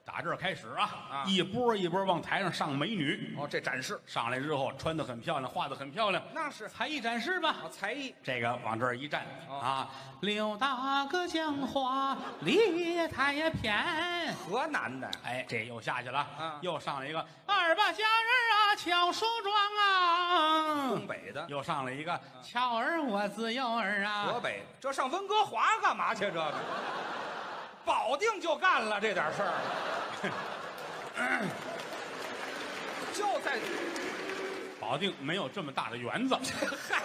打这儿开始啊啊，一波一波往台上上美女，哦，这展示上来之后穿得很漂亮，画得很漂亮，那是才艺展示吧。啊，才艺这个往这儿一站、哦啊，柳大哥讲话理太偏。河南的，哎，这又下去了，嗯又上来一个二八佳人啊，巧梳妆啊东，北的，又上来一啊个巧儿我自幼儿河啊，北的，这上温哥华干嘛去？这个，保定就干了这点事儿， 就在保定没有这么大的园子，嗨，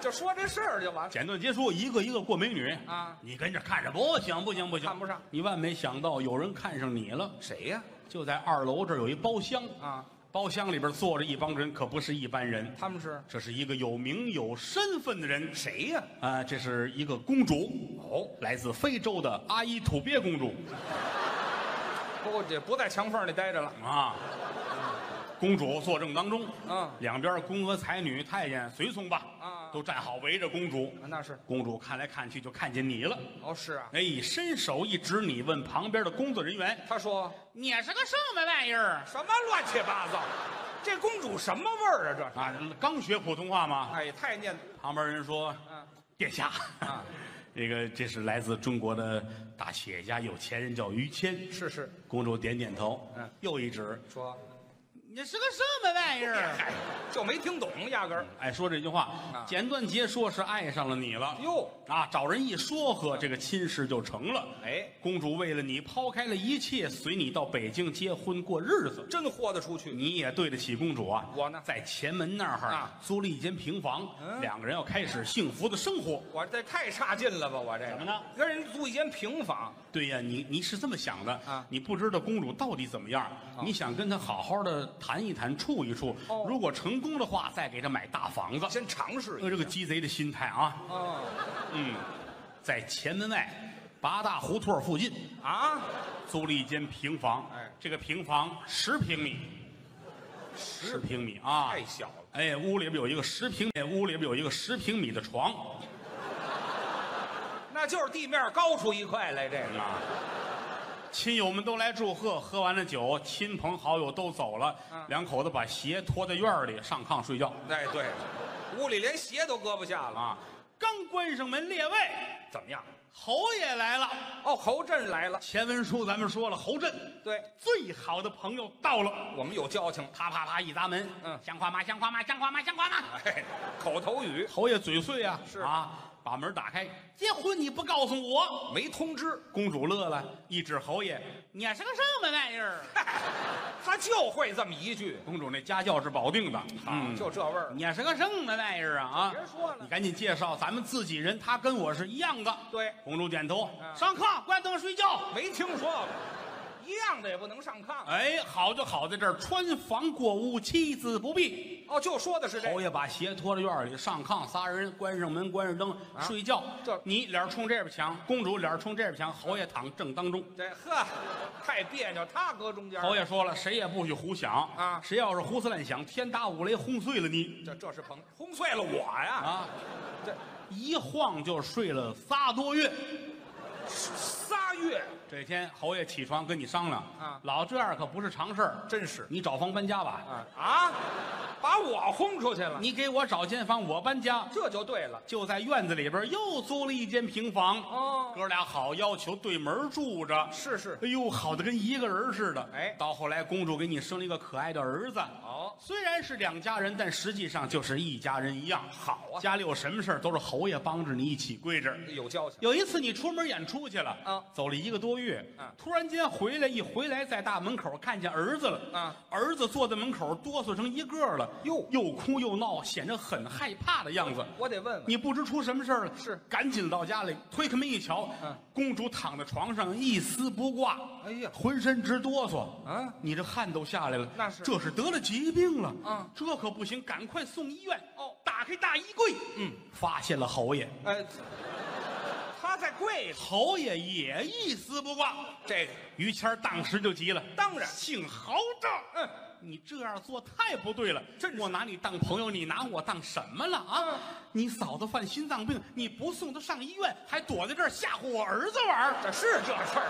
就说这事儿就完 了。简短结束，一个一个过美女啊你跟着看着不行不行不行，看不上，你万没想到有人看上你了，谁呀、就在二楼这儿有一包厢啊？，包厢里边坐着一帮人，可不是一般人，他们是这是一个有名有身份的人，谁呀、啊，这是一个公主哦，来自非洲的阿依土鳖公主不过也不在墙缝里待着了。啊。公主坐正当中，嗯两边宫娥、才女、太监、随从吧，啊都站好围着公主。啊那是，公主看来看去就看见你了，哦，是啊。哎，伸手一指你，问旁边的工作人员他说：“你是个什么玩意儿什么乱七八糟，这公主什么味儿啊？这？”是？啊，刚学普通话嘛。哎，太念，旁边人说嗯，：“殿下，啊 这个这是来自中国的大企业家、有钱人，叫于谦。”是是，公主点点头，嗯，又一指，说，你是个什么玩意 儿？嗨，就没听懂，压根儿。哎，说这句话，简短截说是爱上了你了啊哟，啊！找人一说和，这个亲事就成了。哎，公主为了你抛开了一切，随你到北京结婚过日子。真豁得出去。你也对得起公主啊！我呢在前门那儿啊租了一间平房，嗯两个人要开始幸福的生活。我这太差劲了吧！我这怎么呢？跟人租一间平房，对呀，你你是这么想的啊你不知道公主到底怎么样，你想跟她好好的谈一谈，处一处。哦如果成功的话，再给她买大房子。先尝试呃，一下。这个鸡贼的心态啊，哦嗯，在前门外八大胡同附近啊，租了一间平房，哎这个平房十平米，十平米啊，太小了，哎，屋里边有一个十平，哎，屋里边有一个十平米的床那就是地面高出一块来。这个啊。亲友们都来祝贺，喝完了酒，亲朋好友都走了，嗯两口子把鞋脱在院儿里上炕睡觉哎，对，屋里连鞋都搁不下了。啊。刚关上门，列位，怎么样？侯爷来了。哦，侯震来了。前文书咱们说了，侯震对，最好的朋友到了，我们有交情。啪啪啪一砸门，嗯像话吗？像话吗？像话吗？像话吗？哎，口头语侯爷嘴碎啊，是啊，把门打开，结婚你不告诉我？没通知，公主乐了，一指侯爷，你是个什么玩意儿？他就会这么一句， 啊公主那家教是保定的，嗯，就这味儿。你是个什么玩意儿啊啊！别说了你赶紧介绍咱们自己人，他跟我是一样的。对公主点头，嗯上炕关灯睡觉。没听说过，一样的也不能上炕。哎，好就好在这儿，穿房过屋，妻子不避。哦，就说的是这侯个。爷把鞋脱到院儿里，上炕，仨人关上门，关上灯，睡觉。啊这你脸儿冲这边墙，公主脸儿冲这边墙，侯爷躺正当中。这呵，太别扭，他搁中间。侯爷说了，谁也不许胡想啊谁要是胡思乱想，天打五雷轰碎了你这这是捧轰碎了我呀！啊！这一晃就睡了仨多月。仨月这天侯爷起床跟你商量啊老这样可不是常事儿，真是你找房搬家吧，啊啊，把我轰出去了，你给我找间房，我搬家。这就对了。就在院子里边又租了一间平房，哦哥俩好要求对门住着，是是，哎呦，好的跟一个人似的。哎到后来公主给你生了一个可爱的儿子。哦，虽然是两家人，但实际上就是一家人一样。好啊家里有什么事儿都是侯爷帮着你一起跪着。有交情。有一次你出门演出去了，啊走了一个多月，嗯突然间回来，一回来在大门口看见儿子了，啊儿子坐在门口哆嗦成一个了，哟又哭又闹，显得很害怕的样子。我得问问，你不知出什么事儿了，嗯是赶紧到家里，推开门一瞧，嗯公主躺在床上一丝不挂，哎呀浑身直哆嗦，啊，你这汗都下来了，那是这是得了疾病了，嗯这可不行，赶快送医院。哦打开大衣柜，嗯，发现了侯爷，哎，他在柜上。头也也一丝不挂。这个于谦儿当时就急了，当然姓豪的，嗯，你这样做太不对了，真是我拿你当朋友，你拿我当什么了啊？你嫂子犯心脏病，你不送她上医院，还躲在这儿吓唬我儿子玩儿这是这事儿。